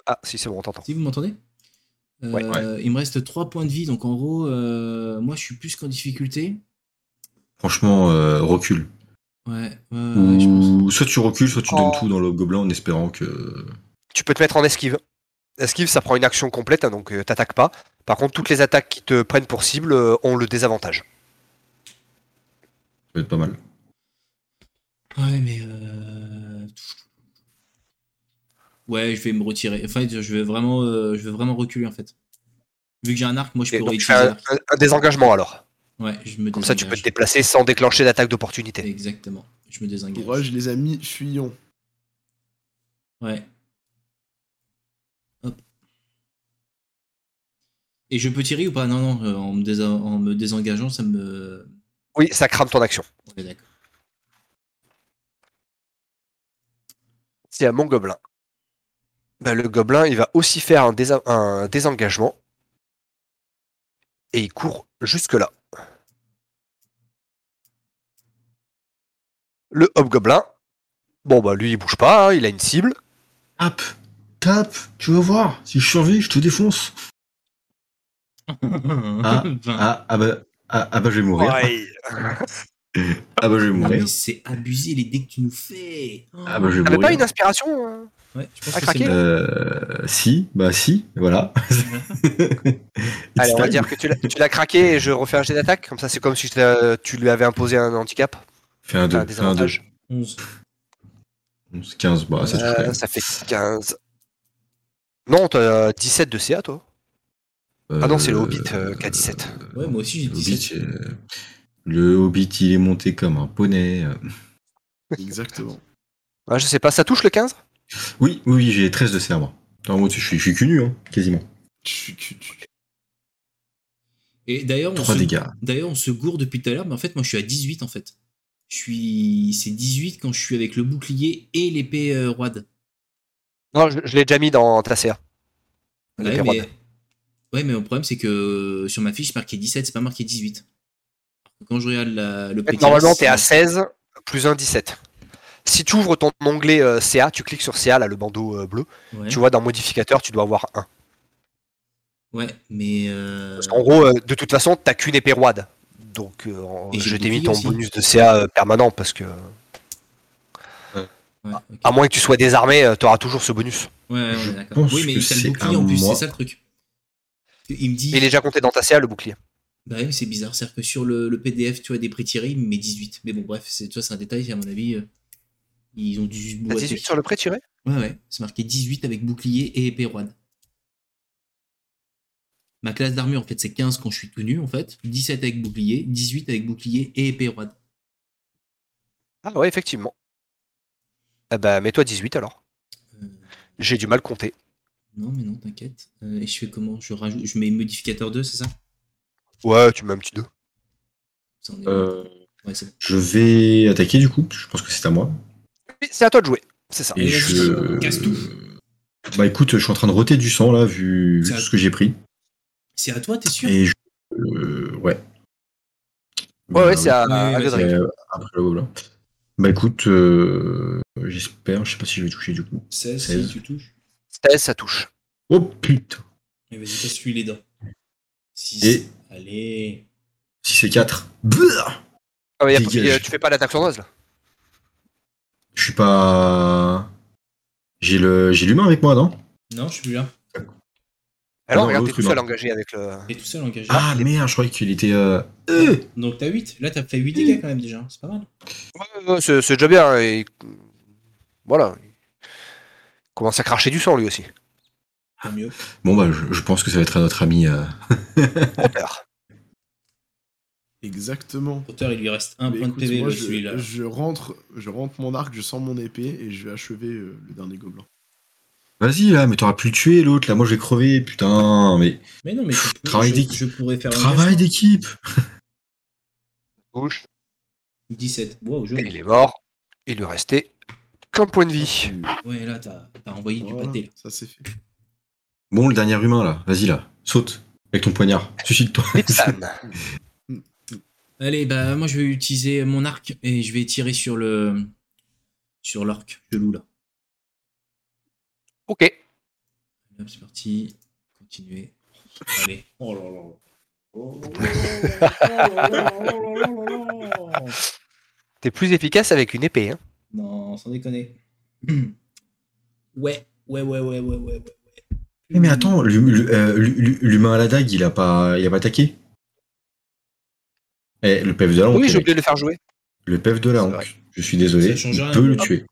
Speaker 3: Ah, si, c'est bon, on t'entend.
Speaker 1: Si vous m'entendez Euh,
Speaker 3: Ouais.
Speaker 1: Il me reste 3 points de vie, donc en gros, euh, moi je suis plus qu'en difficulté.
Speaker 4: Franchement, euh, recule.
Speaker 1: Ouais, ouais, ouais, je
Speaker 4: Mmh.
Speaker 1: pense.
Speaker 4: Ou soit tu recules, soit tu
Speaker 3: Oh.
Speaker 4: donnes tout dans le gobelin en espérant que.
Speaker 3: Tu peux te mettre en esquive. Esquive, ça prend une action complète, hein, donc euh, t'attaques pas. Par contre, toutes les attaques qui te prennent pour cible euh, ont le désavantage.
Speaker 4: peut être pas mal.
Speaker 1: Ouais, mais. euh, Ouais, je vais me retirer. En fait, je vais vraiment, euh, je vais vraiment reculer en fait. Vu que j'ai un arc, moi je
Speaker 3: Et
Speaker 1: peux
Speaker 3: donc, tu fais
Speaker 1: réutiliser
Speaker 3: un,
Speaker 1: l'arc.
Speaker 3: un- un désengagement alors.
Speaker 1: Ouais, je me
Speaker 3: Comme ça, tu peux te
Speaker 1: désengage.
Speaker 3: déplacer sans déclencher d'attaque d'opportunité.
Speaker 1: Exactement. Je me désengage.
Speaker 5: Courage, les amis, fuyons.
Speaker 1: Ouais. Hop. Et je peux tirer ou pas Non, non, euh, en me, désen- en me désengageant, ça me.
Speaker 3: Oui, ça crame ton action.
Speaker 1: Ouais, d'accord.
Speaker 3: C'est à mon gobelin. Ben, le gobelin, il va aussi faire un, désa- un désengagement. Et il court jusque-là. Le hobgoblin. Bon, bah lui, il bouge pas, hein, il a une cible.
Speaker 4: Tape Tape Tu vas voir Si je survis, je te défonce Ah,
Speaker 1: Vingt.
Speaker 4: Ah, ah bah, ah, ah bah je vais mourir.
Speaker 3: Ouais.
Speaker 4: Ah bah je vais
Speaker 1: Ah,
Speaker 4: mourir.
Speaker 1: mais c'est abusé les dés que tu nous fais. Oh.
Speaker 4: Ah bah je vais
Speaker 3: T'avais pas
Speaker 4: mourir.
Speaker 3: une inspiration hein
Speaker 1: Ouais, je pense
Speaker 3: Ah,
Speaker 1: que
Speaker 3: craqué.
Speaker 1: c'est bon.
Speaker 4: Euh, si, bah si, voilà. It's
Speaker 3: Allez, on va
Speaker 4: time.
Speaker 3: dire que tu l'as- tu l'as craqué et je refais un jet d'attaque. Comme ça, c'est comme si je t'as- tu lui avais imposé un handicap.
Speaker 4: Fais un
Speaker 3: Enfin, un
Speaker 4: 2, fais un 2.
Speaker 3: désavantage.
Speaker 1: 11.
Speaker 4: 11, 15, bah ça touche quand
Speaker 3: Euh,
Speaker 4: même.
Speaker 3: ça fait 15. Non, t'as 17 de CA, toi Ah non, c'est le
Speaker 4: Euh,
Speaker 3: Hobbit euh, qui a 17.
Speaker 1: Ouais, moi aussi j'ai
Speaker 4: Le Hobbit,
Speaker 1: 17.
Speaker 4: euh, le Hobbit, il est monté comme un poney. euh.
Speaker 5: Exactement.
Speaker 3: Ah, je sais pas, ça touche le 15
Speaker 4: Oui, oui, oui, j'ai 13 de CA, moi. Attends, moi, je suis, je suis cul nu, hein, quasiment.
Speaker 5: Tu- tu- tu-
Speaker 1: Et d'ailleurs, on
Speaker 4: 3
Speaker 1: se
Speaker 4: dégâts.
Speaker 1: D'ailleurs, on se gourde depuis tout à l'heure, mais en fait, moi, je suis à 18 en fait. Je suis, c'est 18 quand je suis avec le bouclier et l'épée euh, roide.
Speaker 3: Non, je, je l'ai déjà mis dans ta CA. L'épée
Speaker 1: Ouais mais...
Speaker 3: roide.
Speaker 1: ouais, mais le problème, c'est que euh, sur ma fiche, c'est marqué 17, c'est pas marqué 18. Quand je regarde la- le
Speaker 3: En fait,
Speaker 1: PKS,
Speaker 3: Normalement, t'es à
Speaker 1: c'est-
Speaker 3: 16 plus 1, 17. Si tu ouvres ton onglet euh, CA, tu cliques sur CA, là, le bandeau euh, bleu,
Speaker 1: Ouais,
Speaker 3: tu vois, dans modificateur, tu dois avoir 1.
Speaker 1: ouais, mais. euh,
Speaker 3: Parce qu'en gros, euh, de toute façon, t'as qu'une épée roide. Donc, euh, en-
Speaker 1: Et j'ai
Speaker 3: je
Speaker 1: le
Speaker 3: t'ai mis
Speaker 1: bouclier
Speaker 3: ton
Speaker 1: aussi.
Speaker 3: bonus de CA euh, permanent parce que,
Speaker 1: ouais, ok.
Speaker 3: à moins que tu sois désarmé, euh, t'auras toujours ce bonus.
Speaker 1: Ouais, ouais,
Speaker 4: Je
Speaker 1: on est d'accord.
Speaker 4: pense
Speaker 1: Oui, mais
Speaker 4: que
Speaker 1: t'as le
Speaker 4: c'est
Speaker 1: bouclier
Speaker 4: à
Speaker 1: en plus,
Speaker 4: moi.
Speaker 1: c'est ça le truc. Il me dit.
Speaker 3: Il est déjà compté dans ta CA, le bouclier.
Speaker 1: Bah oui, mais c'est bizarre. C'est-à-dire que sur le, le PDF, tu vois, des prix tirés, il me met 18. Mais bon, bref, c'est, tu vois, c'est un détail, à mon avis. euh, Ils ont dû juste
Speaker 3: T'as
Speaker 1: boiter.
Speaker 3: 18 Bah, sur le prêt tiré
Speaker 1: Ouais, ouais, c'est marqué 18 avec bouclier et épée roide. Ma classe d'armure, en fait, c'est 15 quand je suis tout nu, en fait. 17 avec bouclier, 18 avec bouclier et épée roide.
Speaker 3: Ah ouais, effectivement. Ah bah, mets-toi 18 alors.
Speaker 1: Euh,
Speaker 3: J'ai du mal compter.
Speaker 1: non, mais non, t'inquiète. Euh, et je fais comment je, rajoute, je mets modificateur 2, c'est ça,
Speaker 3: Ouais, tu mets un petit 2.
Speaker 1: Ça, on est-
Speaker 4: Euh,
Speaker 1: Ouais, c'est bon.
Speaker 4: je vais attaquer, du coup. Je pense que c'est à moi.
Speaker 3: Oui, c'est à toi de jouer, c'est ça.
Speaker 4: Et
Speaker 1: Allez,
Speaker 4: je...
Speaker 1: vas-y, casse tout.
Speaker 4: Bah écoute, je suis en train de roter du sang, là, vu, vu
Speaker 1: Ça-
Speaker 4: tout ce que j'ai pris.
Speaker 1: C'est à toi, t'es sûr
Speaker 4: Et je... euh, ouais.
Speaker 3: Ouais,
Speaker 4: Bah,
Speaker 3: ouais, c'est à,
Speaker 1: Oui,
Speaker 3: à
Speaker 1: oui,
Speaker 3: Godric.
Speaker 4: Euh, après le gobelin. Bah écoute, euh, j'espère, je sais pas si je vais toucher du coup.
Speaker 1: 16,
Speaker 4: si 16.
Speaker 1: tu touches.
Speaker 3: 16, ça touche.
Speaker 4: Oh putain
Speaker 1: Et vas-y, casse-lui les dents. 6.
Speaker 4: Et-
Speaker 1: Allez.
Speaker 4: Si c'est 4,
Speaker 3: Ah ouais, y a-
Speaker 4: Dégage.
Speaker 3: y a- tu fais pas l'attaque sournoise là
Speaker 4: je suis pas... J'ai le, j'ai l'humain avec moi, non
Speaker 1: Non, je suis plus là.
Speaker 3: Ah non,
Speaker 4: Non,
Speaker 3: regarde, t'es
Speaker 4: l'autre
Speaker 3: tout seul
Speaker 4: humain.
Speaker 3: engagé avec le.
Speaker 1: T'es tout seul engagé.
Speaker 4: Ah merde, je croyais qu'il était... Euh... euh,
Speaker 1: Donc t'as 8. Là, t'as fait 8 dégâts quand même déjà. C'est pas mal.
Speaker 3: Ouais, ouais, ouais, Euh, c'est c'est déjà bien. et- Voilà. Il commence à cracher du sang lui aussi.
Speaker 1: Tant mieux.
Speaker 4: Bon bah je, je pense que ça va être à notre ami... euh,
Speaker 3: Trop peur.
Speaker 5: Exactement.
Speaker 1: Auteur, il lui reste un
Speaker 5: Mais
Speaker 1: point
Speaker 5: écoute,
Speaker 1: de PV,
Speaker 5: moi,
Speaker 1: ouais, celui-là.
Speaker 5: je, je rentre, je rentre mon arc, je sors mon épée et je vais achever euh, le dernier gobelin.
Speaker 4: Vas-y là, mais t'auras plus tué l'autre, là moi je vais crever, putain, mais...
Speaker 1: Mais non, mais je, pourrais-
Speaker 4: Travail
Speaker 1: je-
Speaker 4: d'équipe.
Speaker 1: je pourrais faire un
Speaker 4: Travail
Speaker 1: geste.
Speaker 4: d'équipe
Speaker 1: 17. Wow,
Speaker 3: Et
Speaker 1: joli.
Speaker 3: il est mort. Il lui restait qu'un point de vie.
Speaker 1: Ouais, là, t'as t'as envoyé du
Speaker 5: Voilà,
Speaker 1: pâté. là.
Speaker 5: ça c'est fait.
Speaker 4: Bon, le dernier humain là, vas-y là, saute avec ton poignard, suicide-toi.
Speaker 3: Lipsan.
Speaker 1: Allez, bah, moi, je vais utiliser mon arc et je vais tirer sur le. Sur l'orc, je loue là.
Speaker 3: ok.
Speaker 1: Hop, c'est parti. Continuez. Allez. Oh là là. Oh là là. Oh là là là là là là là.
Speaker 3: T'es plus efficace avec une épée. Hein.
Speaker 1: Non, sans déconner. ouais, ouais, ouais, ouais, ouais, ouais, ouais. ouais.
Speaker 4: Eh, Mais attends, l'hum- l'hu- euh, l'hu- l'hu- l'humain à la dague, il a pas, il a pas attaqué Eh, le PF de la honte.
Speaker 3: Oui, j'ai
Speaker 4: mec.
Speaker 3: oublié de le faire jouer.
Speaker 4: Le PF de la
Speaker 3: C'est
Speaker 4: honte.
Speaker 3: vrai.
Speaker 4: Je suis désolé.
Speaker 1: Ça change
Speaker 4: Il
Speaker 1: rien,
Speaker 4: peut le
Speaker 1: hein.
Speaker 4: tuer.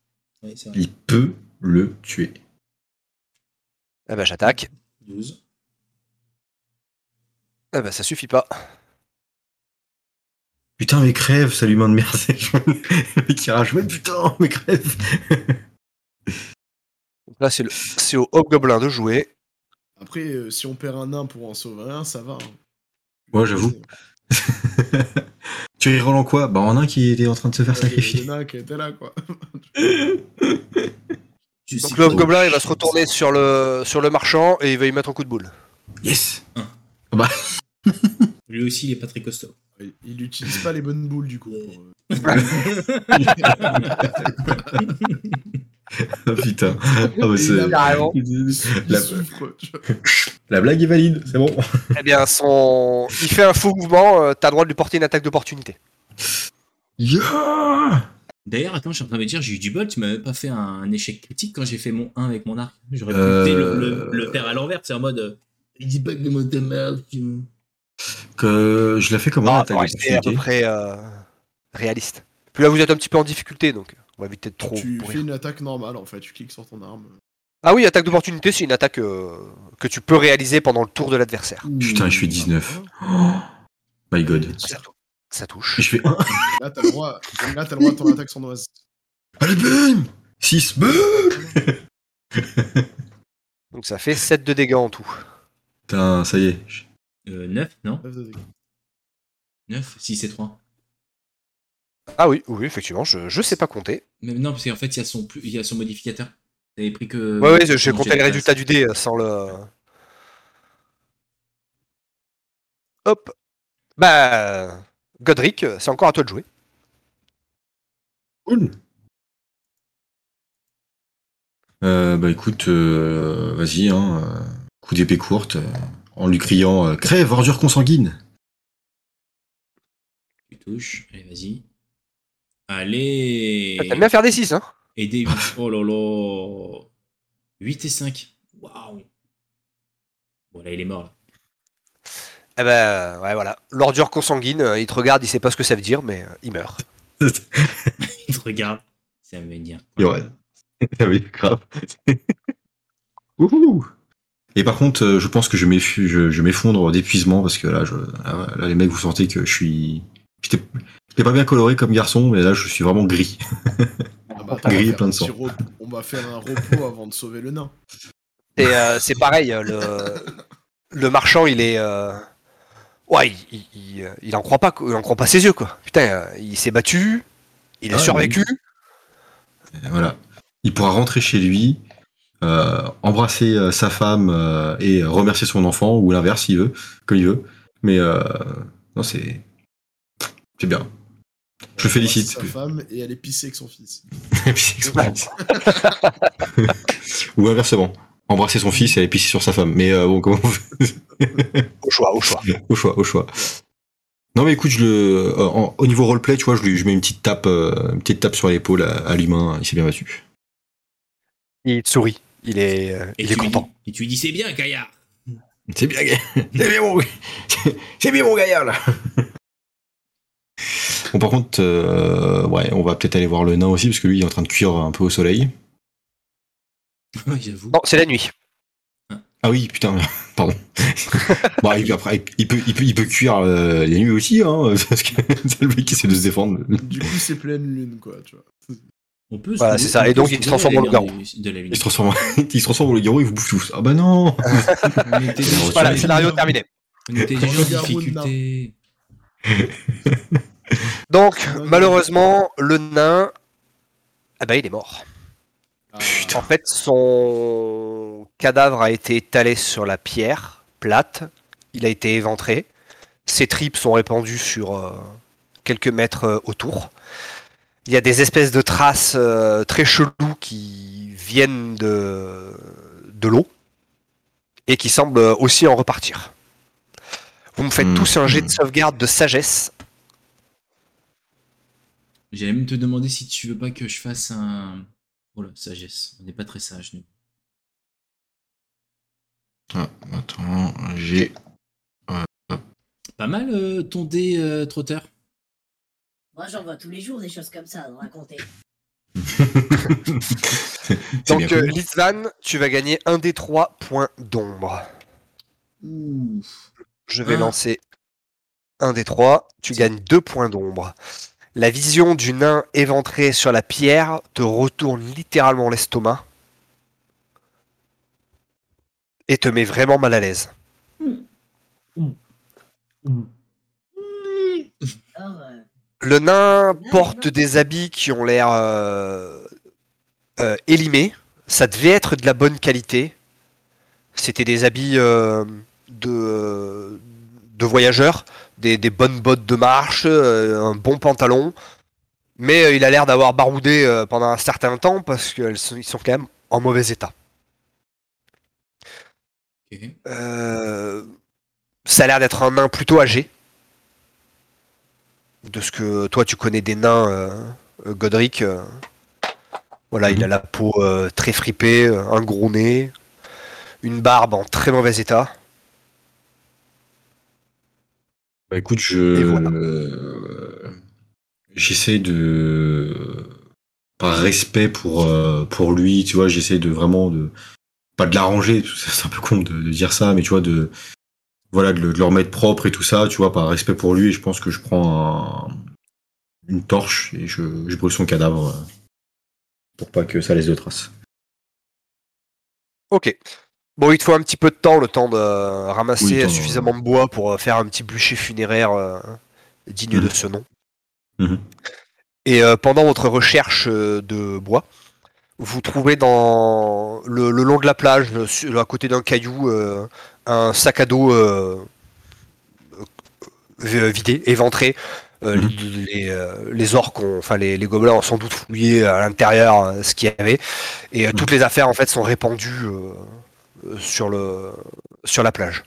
Speaker 1: Ouais, c'est vrai.
Speaker 4: Il peut le tuer.
Speaker 3: Ah bah j'attaque.
Speaker 1: 12.
Speaker 3: Ah bah ça suffit pas.
Speaker 4: Putain, mais crève, ça l'humain de merde. le mec qui rage. Ouais, putain, mais crève.
Speaker 3: Donc là, c'est le- c'est au Hobgoblin de jouer.
Speaker 5: Après, euh, si on perd un nain pour en sauver un, ça va. hein.
Speaker 4: Ouais, j'avoue. tu rigoles en quoi Bah, en un qui était en train de se
Speaker 1: Euh,
Speaker 4: faire
Speaker 5: Ouais, le,
Speaker 4: sacrifier.
Speaker 5: le nain qui était là, quoi.
Speaker 1: Je sais
Speaker 3: Donc le
Speaker 1: pas.
Speaker 3: Hobgoblin, il va se retourner sur le, sur le marchand et il va y mettre un coup de boule.
Speaker 4: Yes
Speaker 1: Lui aussi, il est pas très costaud.
Speaker 5: Il- Il utilise pas les bonnes boules, du coup. pour, euh,
Speaker 4: Ah, Putain. Ah, bah,
Speaker 5: Euh,
Speaker 4: c'est-
Speaker 3: Carrément.
Speaker 5: Il
Speaker 4: La-
Speaker 5: souffre. tu vois.
Speaker 4: La blague est valide, c'est bon.
Speaker 3: Eh bien, son... il fait un faux mouvement, euh, t'as le droit de lui porter une attaque d'opportunité.
Speaker 4: Yeah
Speaker 1: D'ailleurs, attends, je suis en train de me dire, j'ai eu du bol, tu m'as même pas fait un, un échec critique quand j'ai fait mon 1 avec mon arc. J'aurais pu
Speaker 4: Euh.
Speaker 1: le, le- le faire à l'envers, c'est en mode. euh, Il dit pas que des mots de merde. tu-
Speaker 4: Que je la fais comment
Speaker 3: Ah,
Speaker 4: l'attaque
Speaker 3: pour rester à peu
Speaker 4: d'opportunité
Speaker 3: près euh, réaliste. Puis là, vous êtes un petit peu en difficulté, donc on va éviter de trop
Speaker 5: Tu
Speaker 3: pourrir.
Speaker 5: fais une attaque normale, en fait. Tu cliques sur ton arme.
Speaker 3: Ah oui, attaque d'opportunité, c'est une attaque euh, que tu peux réaliser pendant le tour de l'adversaire.
Speaker 4: Putain, je fais 19. Oh, my god.
Speaker 3: Ça, tou- ça touche.
Speaker 4: Je fais 1.
Speaker 5: Ah, Là, t'as le droit, là, t'as le droit à ton attaque sournoise.
Speaker 4: Allez, bim 6.
Speaker 3: Donc ça fait 7 de dégâts en tout.
Speaker 4: Putain, ça y est. je-
Speaker 1: Euh, 9, non
Speaker 5: Neuf de dégâts.
Speaker 1: 9, 6 et 3.
Speaker 3: Ah oui, oui, effectivement, je, je sais pas compter.
Speaker 1: Même non, parce qu'en fait, il y, a son plus- il y a son modificateur. T'avais pris que.
Speaker 3: Ouais, ouais, j'ai
Speaker 1: ton
Speaker 3: compté
Speaker 1: jet
Speaker 3: les
Speaker 1: de
Speaker 3: résultats
Speaker 1: classe.
Speaker 3: du dé euh, sans le. Hop. Bah. Godric, euh, c'est encore à toi de jouer.
Speaker 4: Cool. Euh, bah écoute, euh, vas-y, hein, euh, coup d'épée courte, euh, en lui criant euh, Crève, ordure consanguine
Speaker 1: Tu touches, allez, vas-y. Allez
Speaker 3: T'aimes bien faire des 6, hein
Speaker 1: Et des 8. Oh là là 8 et 5. Waouh Bon, là, il est mort. Là.
Speaker 3: Eh ben, ouais, voilà. L'ordure consanguine, euh, il te regarde, il sait pas ce que ça veut dire, mais euh, il meurt.
Speaker 1: Il te regarde. Ça veut dire.
Speaker 4: Et ouais. Ah oui, grave. Wouhou. Et par contre, euh, je pense que je m'effu- je- je m'effondre d'épuisement parce que là, je, là, là, les mecs, vous sentez que je suis. J'étais j'étais pas bien coloré comme garçon, mais là, je suis vraiment gris.
Speaker 5: Ah bah,
Speaker 4: Grillé
Speaker 5: on va faire
Speaker 4: plein de
Speaker 5: un petit
Speaker 4: sang.
Speaker 5: repos- On va faire un repos avant de sauver le nain.
Speaker 3: Et euh, c'est pareil, euh, le, le marchand, il est. euh, Ouais, il, il, il, euh, il en croit pas, quoi. il en croit pas ses yeux, quoi. Putain, euh, il s'est battu, il a
Speaker 4: Ah,
Speaker 3: survécu.
Speaker 4: Et Voilà. Il pourra rentrer chez lui, euh, embrasser euh, sa femme euh, et remercier son enfant, ou l'inverse, s'il veut, comme il veut. Mais euh, non, c'est. C'est bien. Je le
Speaker 5: On embrasse
Speaker 4: félicite.
Speaker 5: Sa femme et elle est pissée avec son fils.
Speaker 4: Et puis, c'est expérience. ou inversement. Embrasser son fils et aller pisser sur sa femme. Mais euh, bon, comment on fait
Speaker 3: Au choix, au choix.
Speaker 4: Au choix, au choix. Non mais écoute, je le, euh, en- au niveau roleplay, tu vois, je, lui, je mets une petite tape, euh, une petite tape sur l'épaule à, à l'humain. Il s'est bien battu.
Speaker 3: Il te sourit, il est, euh, il est
Speaker 1: tu lui
Speaker 3: content.
Speaker 1: dis- et tu lui dis, c'est bien, Gaillard
Speaker 4: C'est bien, gars. c'est bien mon, c'est bien mon gaillard là. Bon, par contre, euh, ouais, on va peut-être aller voir le nain aussi parce que lui, il est en train de cuire un peu au soleil.
Speaker 1: Ouais, j'avoue.
Speaker 3: Non, c'est la nuit.
Speaker 4: Ah oui, putain, pardon. bon, et puis après, il peut, il peut, il peut cuire euh, la nuit aussi, hein, parce que c'est le mec qui essaie de se défendre.
Speaker 5: Du coup, c'est pleine lune, quoi. Tu vois.
Speaker 1: On peut se
Speaker 3: Voilà,
Speaker 1: trouver-
Speaker 3: c'est ça.
Speaker 1: on
Speaker 3: Et
Speaker 1: peut
Speaker 3: donc,
Speaker 1: se
Speaker 3: il se
Speaker 1: trouver
Speaker 3: transforme en
Speaker 1: la lumière
Speaker 3: loup-garou.
Speaker 1: du- De la lune.
Speaker 4: Il se transforme, en- il se transforme en loup-garou, il vous bouffe tous. Ah bah non
Speaker 1: On était déjà-
Speaker 4: Voilà,
Speaker 3: Voilà,
Speaker 1: on était
Speaker 3: scénario
Speaker 1: déjà-
Speaker 3: terminé.
Speaker 1: On était déjà en
Speaker 5: Loup-garou,
Speaker 1: difficulté.
Speaker 3: Donc,
Speaker 5: Non, non.
Speaker 3: malheureusement, le nain, ah bah, il est mort.
Speaker 5: Ah,
Speaker 3: En fait, son cadavre a été étalé sur la pierre plate. Il a été éventré. Ses tripes sont répandues sur euh, quelques mètres euh, autour. Il y a des espèces de traces euh, très cheloues qui viennent de, de l'eau et qui semblent euh, aussi en repartir. Vous me faites
Speaker 4: Hmm.
Speaker 3: tous un jet de sauvegarde de sagesse.
Speaker 1: J'allais même te demander si tu veux pas que je fasse un. Oh là, sagesse. On n'est pas très sage, nous.
Speaker 4: Ah, attends, j'ai.
Speaker 1: Pas mal euh, ton dé euh, trotteur.
Speaker 2: Moi, j'en vois tous les jours des choses comme ça, de raconter.
Speaker 4: C'est bien
Speaker 3: Donc, euh,
Speaker 4: connu.
Speaker 3: Litzvan, tu vas gagner un des trois points d'ombre.
Speaker 1: Ouh.
Speaker 3: Je vais
Speaker 1: Ah.
Speaker 3: lancer un des trois. Tu gagnes deux points d'ombre. La vision du nain éventré sur la pierre te retourne littéralement l'estomac et te met vraiment mal à l'aise.
Speaker 2: Alors, euh,
Speaker 3: Le nain porte des habits qui ont l'air euh, euh, élimés. Ça devait être de la bonne qualité. C'était des habits euh, de, euh, de voyageurs, des, des bonnes bottes de marche, euh, un bon pantalon. Mais euh, il a l'air d'avoir baroudé euh, pendant un certain temps parce qu'ils sont, ils sont quand même en mauvais état.
Speaker 1: Ok.
Speaker 3: Euh, ça a l'air d'être un nain plutôt âgé. De ce que toi tu connais des nains, euh, euh, Godric. euh, voilà, il a la peau euh, très fripée, euh, un gros nez, une barbe en très mauvais état.
Speaker 4: Bah écoute,
Speaker 3: Et
Speaker 4: je.
Speaker 3: voilà.
Speaker 4: euh, J'essaie de. Par respect pour, euh, pour lui, tu vois, j'essaie de vraiment de. Pas de l'arranger, parce que c'est un peu con de, de dire ça, mais tu vois, de. Voilà, de le, de le remettre propre et tout ça, tu vois, par respect pour lui, je pense que je prends un- une torche et je, je brûle son cadavre euh, pour pas que ça laisse de traces.
Speaker 3: Ok. Bon, il te faut un petit peu de temps, le temps de euh, ramasser
Speaker 4: Oui, le temps,
Speaker 3: suffisamment de bois pour euh, faire un petit bûcher funéraire euh, digne de
Speaker 4: Mhm.
Speaker 3: ce nom.
Speaker 4: Mhm.
Speaker 3: Et euh, pendant votre recherche euh, de bois, vous trouvez dans le, le long de la plage, euh, sur- à côté d'un caillou, euh, un sac à dos euh, euh, vidé, éventré. Euh,
Speaker 4: Mhm.
Speaker 3: les, euh, les orques, ont- enfin les, les gobelins ont sans doute fouillé à l'intérieur euh, ce qu'il y avait. Et euh, toutes les affaires en fait sont répandues euh, euh, sur, le, sur la plage.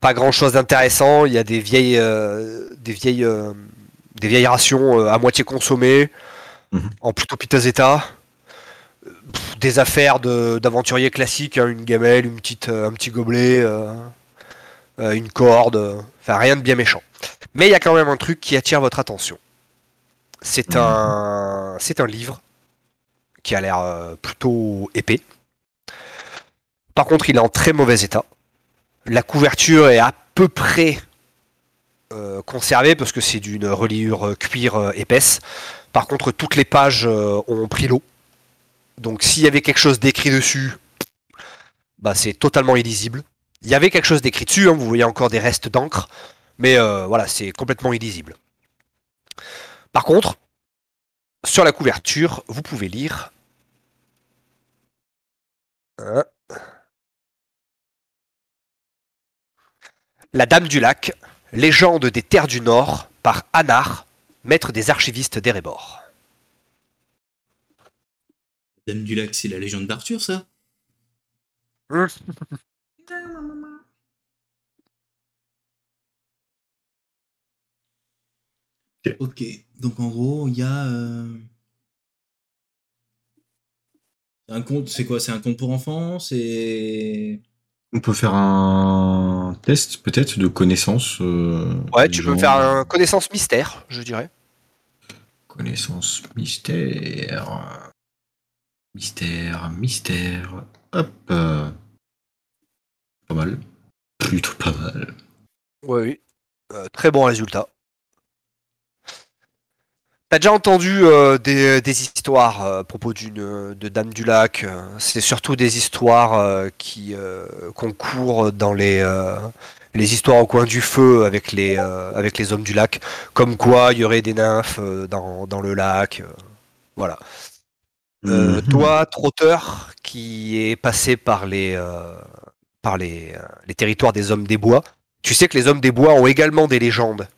Speaker 3: Pas grand chose d'intéressant, il y a des vieilles, euh, des vieilles, euh, des vieilles rations euh, à moitié consommées,
Speaker 4: Mhm.
Speaker 3: en plutôt piteux état. Euh, pff, Des affaires de- d'aventuriers classiques, hein, une gamelle, une petite, euh, un petit gobelet, euh, euh, une corde, euh, enfin rien de bien méchant. Mais il y a quand même un truc qui attire votre attention. C'est
Speaker 4: Mhm.
Speaker 3: un, c'est un livre qui a l'air euh, plutôt épais. Par contre, il est en très mauvais état. La couverture est à peu près euh, conservée parce que c'est d'une reliure euh, cuir euh, épaisse. Par contre, toutes les pages euh, ont pris l'eau. Donc, s'il y avait quelque chose d'écrit dessus, bah, c'est totalement illisible. Il y avait quelque chose d'écrit dessus, hein, vous voyez encore des restes d'encre, mais euh, voilà, c'est complètement illisible. Par contre, sur la couverture, vous pouvez lire. Hein. La Dame du Lac, Légende des Terres du Nord, par Anar, maître des archivistes d'Erebor.
Speaker 1: Dame du lac, c'est la légende d'Arthur, ça Ok, donc en gros, il y a. euh, Un conte, c'est quoi C'est un conte pour enfants C'est.
Speaker 4: On peut faire un test, peut-être, de connaissance. euh,
Speaker 3: Ouais,
Speaker 4: des
Speaker 3: tu peux
Speaker 4: gens.
Speaker 3: faire un connaissance mystère, je dirais.
Speaker 4: Connaissance mystère. Mystère, mystère. Hop. euh, Pas mal. Plutôt pas mal.
Speaker 3: Ouais, oui. Euh, très bon résultat. T'as déjà entendu euh, des, des histoires euh, à propos d'une euh, de Dame du Lac. euh, C'est surtout des histoires euh, qui euh, concourent dans les euh, les histoires au coin du feu avec les euh, avec les hommes du lac. Comme quoi, il y aurait des nymphes euh, dans, dans le lac. euh, voilà. Euh,
Speaker 4: Mhm.
Speaker 3: Toi, trotteur, qui est passé par les, euh, par les, euh, les territoires des hommes des bois, tu sais que les hommes des bois ont également des légendes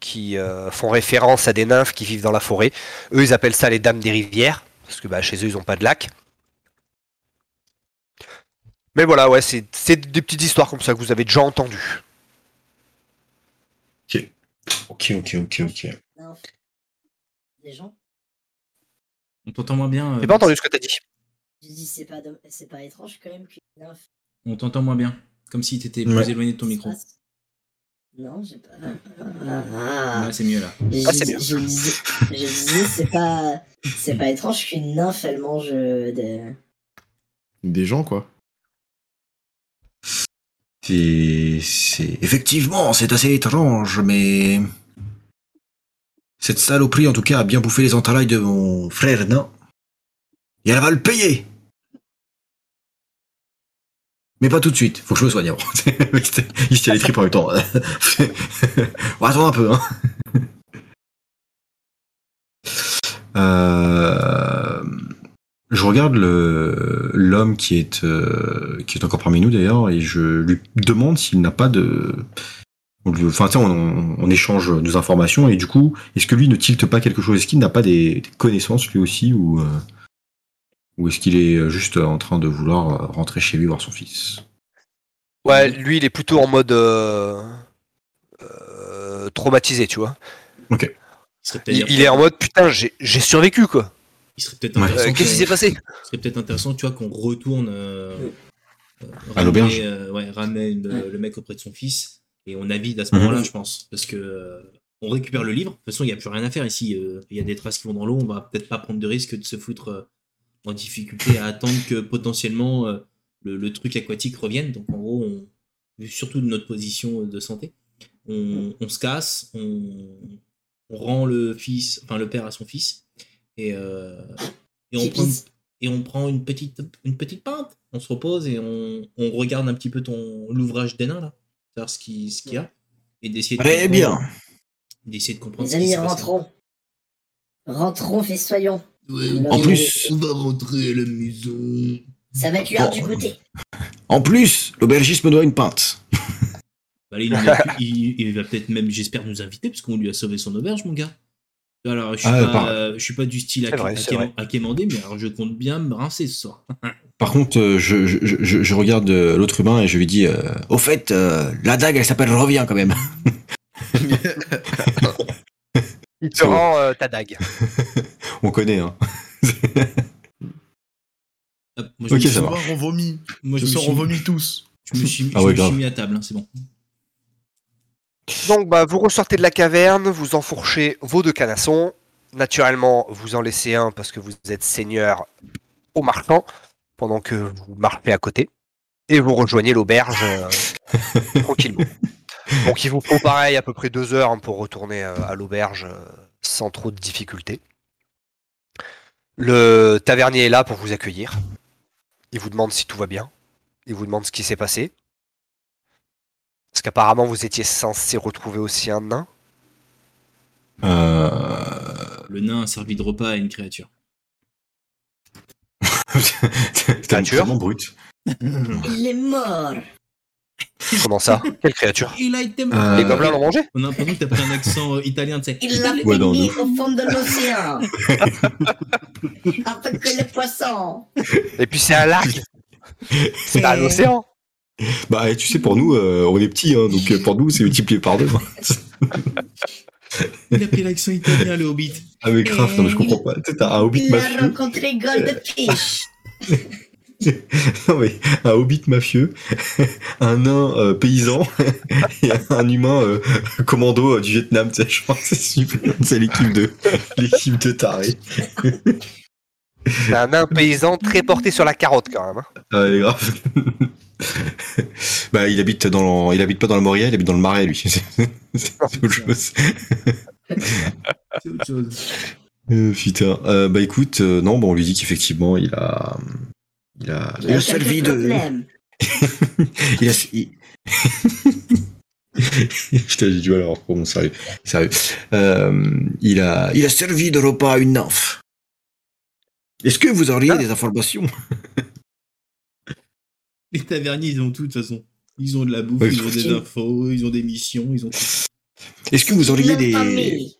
Speaker 3: qui euh, font référence à des nymphes qui vivent dans la forêt. Eux, ils appellent ça les dames des rivières, parce que bah, chez eux, ils n'ont pas de lac. Mais voilà, ouais, c'est c'est des petites histoires comme ça que vous avez déjà entendues.
Speaker 4: Ok, ok, ok, ok.
Speaker 2: non. Des gens
Speaker 1: On t'entend moins bien. euh,
Speaker 3: J'ai pas entendu ce que t'as dit.
Speaker 2: Je dis, c'est pas, dom- c'est pas étrange quand même qu'une nymphe
Speaker 1: On t'entend moins bien, comme si t'étais plus
Speaker 4: Ouais.
Speaker 1: éloigné de ton micro.
Speaker 2: Non, j'ai pas.
Speaker 1: Là, c'est mieux là.
Speaker 2: Et
Speaker 3: Ah,
Speaker 2: je,
Speaker 3: c'est bien.
Speaker 2: je disais, je disais, c'est pas, c'est pas étrange qu'une nymphe elle mange euh, des.
Speaker 5: Des gens, quoi.
Speaker 4: C'est, c'est- Effectivement, c'est assez étrange, mais... Cette saloperie, en tout cas, a bien bouffé les entrailles de mon frère nain. Et elle va le payer Mais pas tout de suite, faut que je me soigne avant. Le mec, c'était- Il se tient les tripes en même temps. On attend un peu, hein. Euh, Je regarde le- l'homme qui est euh, qui est encore parmi nous d'ailleurs et je lui demande s'il n'a pas de on lui- enfin tu sais, on, on- on échange nos informations et du coup est-ce que lui ne tilte pas quelque chose est-ce qu'il n'a pas des, des connaissances lui aussi ou euh, ou est-ce qu'il est juste en train de vouloir euh, rentrer chez lui voir son fils
Speaker 3: Ouais, lui, il est plutôt en mode euh, euh, traumatisé, tu vois.
Speaker 1: Il serait
Speaker 3: Il,
Speaker 1: peut-être
Speaker 3: il est en mode putain, j'ai j'ai survécu quoi.
Speaker 1: il serait peut-être
Speaker 4: Ouais.
Speaker 3: Euh,
Speaker 1: intéressant.
Speaker 3: Qu'est-ce qui
Speaker 1: qu'on-
Speaker 3: s'est passé
Speaker 1: Ce serait peut-être intéressant, tu vois, qu'on retourne euh, euh,
Speaker 4: À l'auberge.
Speaker 1: ramener, euh, ouais, ramener le, le mec auprès de son fils et on navigue à ce
Speaker 4: Mhm.
Speaker 1: moment-là, je pense, parce que euh, on récupère le livre. De toute façon, il n'y a plus rien à faire ici. euh, Il y a des traces qui vont dans l'eau. On va peut-être pas prendre de risque de se foutre euh, en difficulté à attendre que potentiellement euh, le, le truc aquatique revienne. Donc en gros, on, vu surtout de notre position euh, de santé, on, on se casse, on, on rend le fils, enfin le père à son fils et, euh, et on
Speaker 2: Qui
Speaker 1: prend
Speaker 2: pisse.
Speaker 1: et on prend une petite, une petite pinte, on se repose et on, on regarde un petit peu ton l'ouvrage d'Hénin, là, savoir ce qu'il ce qu'il y a, et d'essayer de, comprendre- d'essayer de comprendre
Speaker 2: Mes
Speaker 1: ce qui
Speaker 2: amis,
Speaker 1: se passe.
Speaker 2: rentrons. Rentrons, festoyons.
Speaker 1: Ouais,
Speaker 2: En
Speaker 1: on-
Speaker 4: plus-
Speaker 1: on va rentrer à la maison.
Speaker 2: Ça va être l'heure
Speaker 4: Bon.
Speaker 2: du goûter.
Speaker 4: en plus l'aubergiste me doit une pinte
Speaker 1: Bah, il, nous a- il- il va peut-être même, j'espère, nous inviter, parce qu'on lui a sauvé son auberge, mon gars. Alors, je suis,
Speaker 4: Ah,
Speaker 1: pas,
Speaker 4: par-
Speaker 1: euh, je suis pas du style à,
Speaker 3: C'est vrai,
Speaker 1: à-
Speaker 3: c'est vrai.
Speaker 1: à quémander, mais alors je compte bien me rincer ce soir.
Speaker 4: par contre euh, je, je- je- je regarde euh, l'autre humain et je lui dis euh, au fait euh, la dague elle s'appelle revient quand même
Speaker 3: Il te
Speaker 4: C'est bon.
Speaker 3: rend euh, ta dague.
Speaker 4: on connaît hein
Speaker 1: Hop, moi, je
Speaker 4: Ok,
Speaker 1: me
Speaker 4: ça
Speaker 1: suis-
Speaker 5: Ce
Speaker 4: marche.
Speaker 5: soir, on vomit.
Speaker 1: moi, je
Speaker 5: Ce
Speaker 1: me
Speaker 5: soir,
Speaker 1: suis-
Speaker 5: on vomit tous.
Speaker 1: je me suis,
Speaker 4: Ah
Speaker 1: je
Speaker 4: ouais,
Speaker 1: me suis
Speaker 4: grave.
Speaker 1: mis à table, hein, c'est bon.
Speaker 3: Donc bah vous ressortez de la caverne, vous enfourchez vos deux canassons. Naturellement, vous en laissez un parce que vous êtes seigneur au marchand pendant que vous marchez à côté et vous rejoignez l'auberge euh, tranquillement. Donc il vous faut pareil à peu près deux heures hein, pour retourner euh, à l'auberge euh, sans trop de difficultés. Le tavernier est là pour vous accueillir. Il vous demande si tout va bien. Il vous demande ce qui s'est passé. Parce qu'apparemment, vous étiez censé retrouver aussi un nain.
Speaker 4: Euh,
Speaker 1: Le nain a servi de repas à une créature.
Speaker 4: C'était
Speaker 3: Nature.
Speaker 4: tellement brut.
Speaker 2: Il est mort.
Speaker 3: Comment ça Quelle créature
Speaker 1: Il a été
Speaker 4: Euh,
Speaker 3: Les gobelins l'ont mangé
Speaker 1: On a l'impression que t'as pris un accent euh, italien, tu sais.
Speaker 2: Il l'a
Speaker 4: Ouais, non,
Speaker 2: mis au fond de l'océan. Après que les poissons.
Speaker 3: Et puis c'est un lac C'est pas un
Speaker 2: Et-
Speaker 3: océan
Speaker 4: Bah, et tu sais, pour nous, euh, on est petits, hein, donc euh, pour nous, c'est multiplié par deux.
Speaker 1: Il a pris l'accent italien, le hobbit.
Speaker 4: Ah, mais grave, non, mais je comprends pas. Tu sais, T'as un hobbit
Speaker 2: Il a
Speaker 4: mafieux.
Speaker 2: rencontré Goldfish.
Speaker 4: Non, mais un hobbit mafieux, un nain euh, paysan et un humain euh, commando euh, du Vietnam. Tu sais, je pense que c'est super. C'est l'équipe de, l'équipe de tarés.
Speaker 3: C'est un nain paysan très porté sur la carotte quand même. hein.
Speaker 4: Ah, mais grave. bah, il habite, dans le- il habite pas dans le Moria, il habite dans le Marais, lui. C'est c'est autre chose.
Speaker 1: C'est autre chose.
Speaker 4: Euh, putain, Euh, bah écoute, euh, non, bon, on lui dit qu'effectivement, il a. Il a.
Speaker 2: Il a quelques
Speaker 4: euh,
Speaker 2: problèmes.
Speaker 4: Il a. il- Putain, j'ai du mal à reprendre mon sérieux. sérieux. Euh, il, a, il a servi de repas à une nymphe. Est-ce que vous auriez des informations
Speaker 1: Les taverniers, ils ont tout, de toute façon. Ils ont de la bouffe,
Speaker 4: Oui,
Speaker 1: ils ont des
Speaker 2: surtout.
Speaker 1: infos, ils ont des missions, ils ont tout.
Speaker 4: Est-ce que vous auriez
Speaker 2: La
Speaker 4: des.
Speaker 2: famille.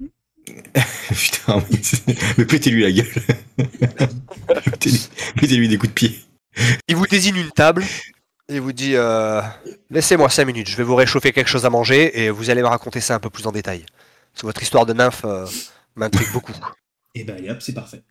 Speaker 4: Putain, mais c'est- mais pétez-lui la gueule. pétez-lui, pétez-lui des coups de pied.
Speaker 3: Il vous désigne une table. Il vous dit euh, Laissez-moi 5 minutes, je vais vous réchauffer quelque chose à manger et vous allez me raconter ça un peu plus en détail. Parce que votre histoire de nymphe euh, m'intrigue beaucoup.
Speaker 1: Et bah, allez hop, c'est parfait.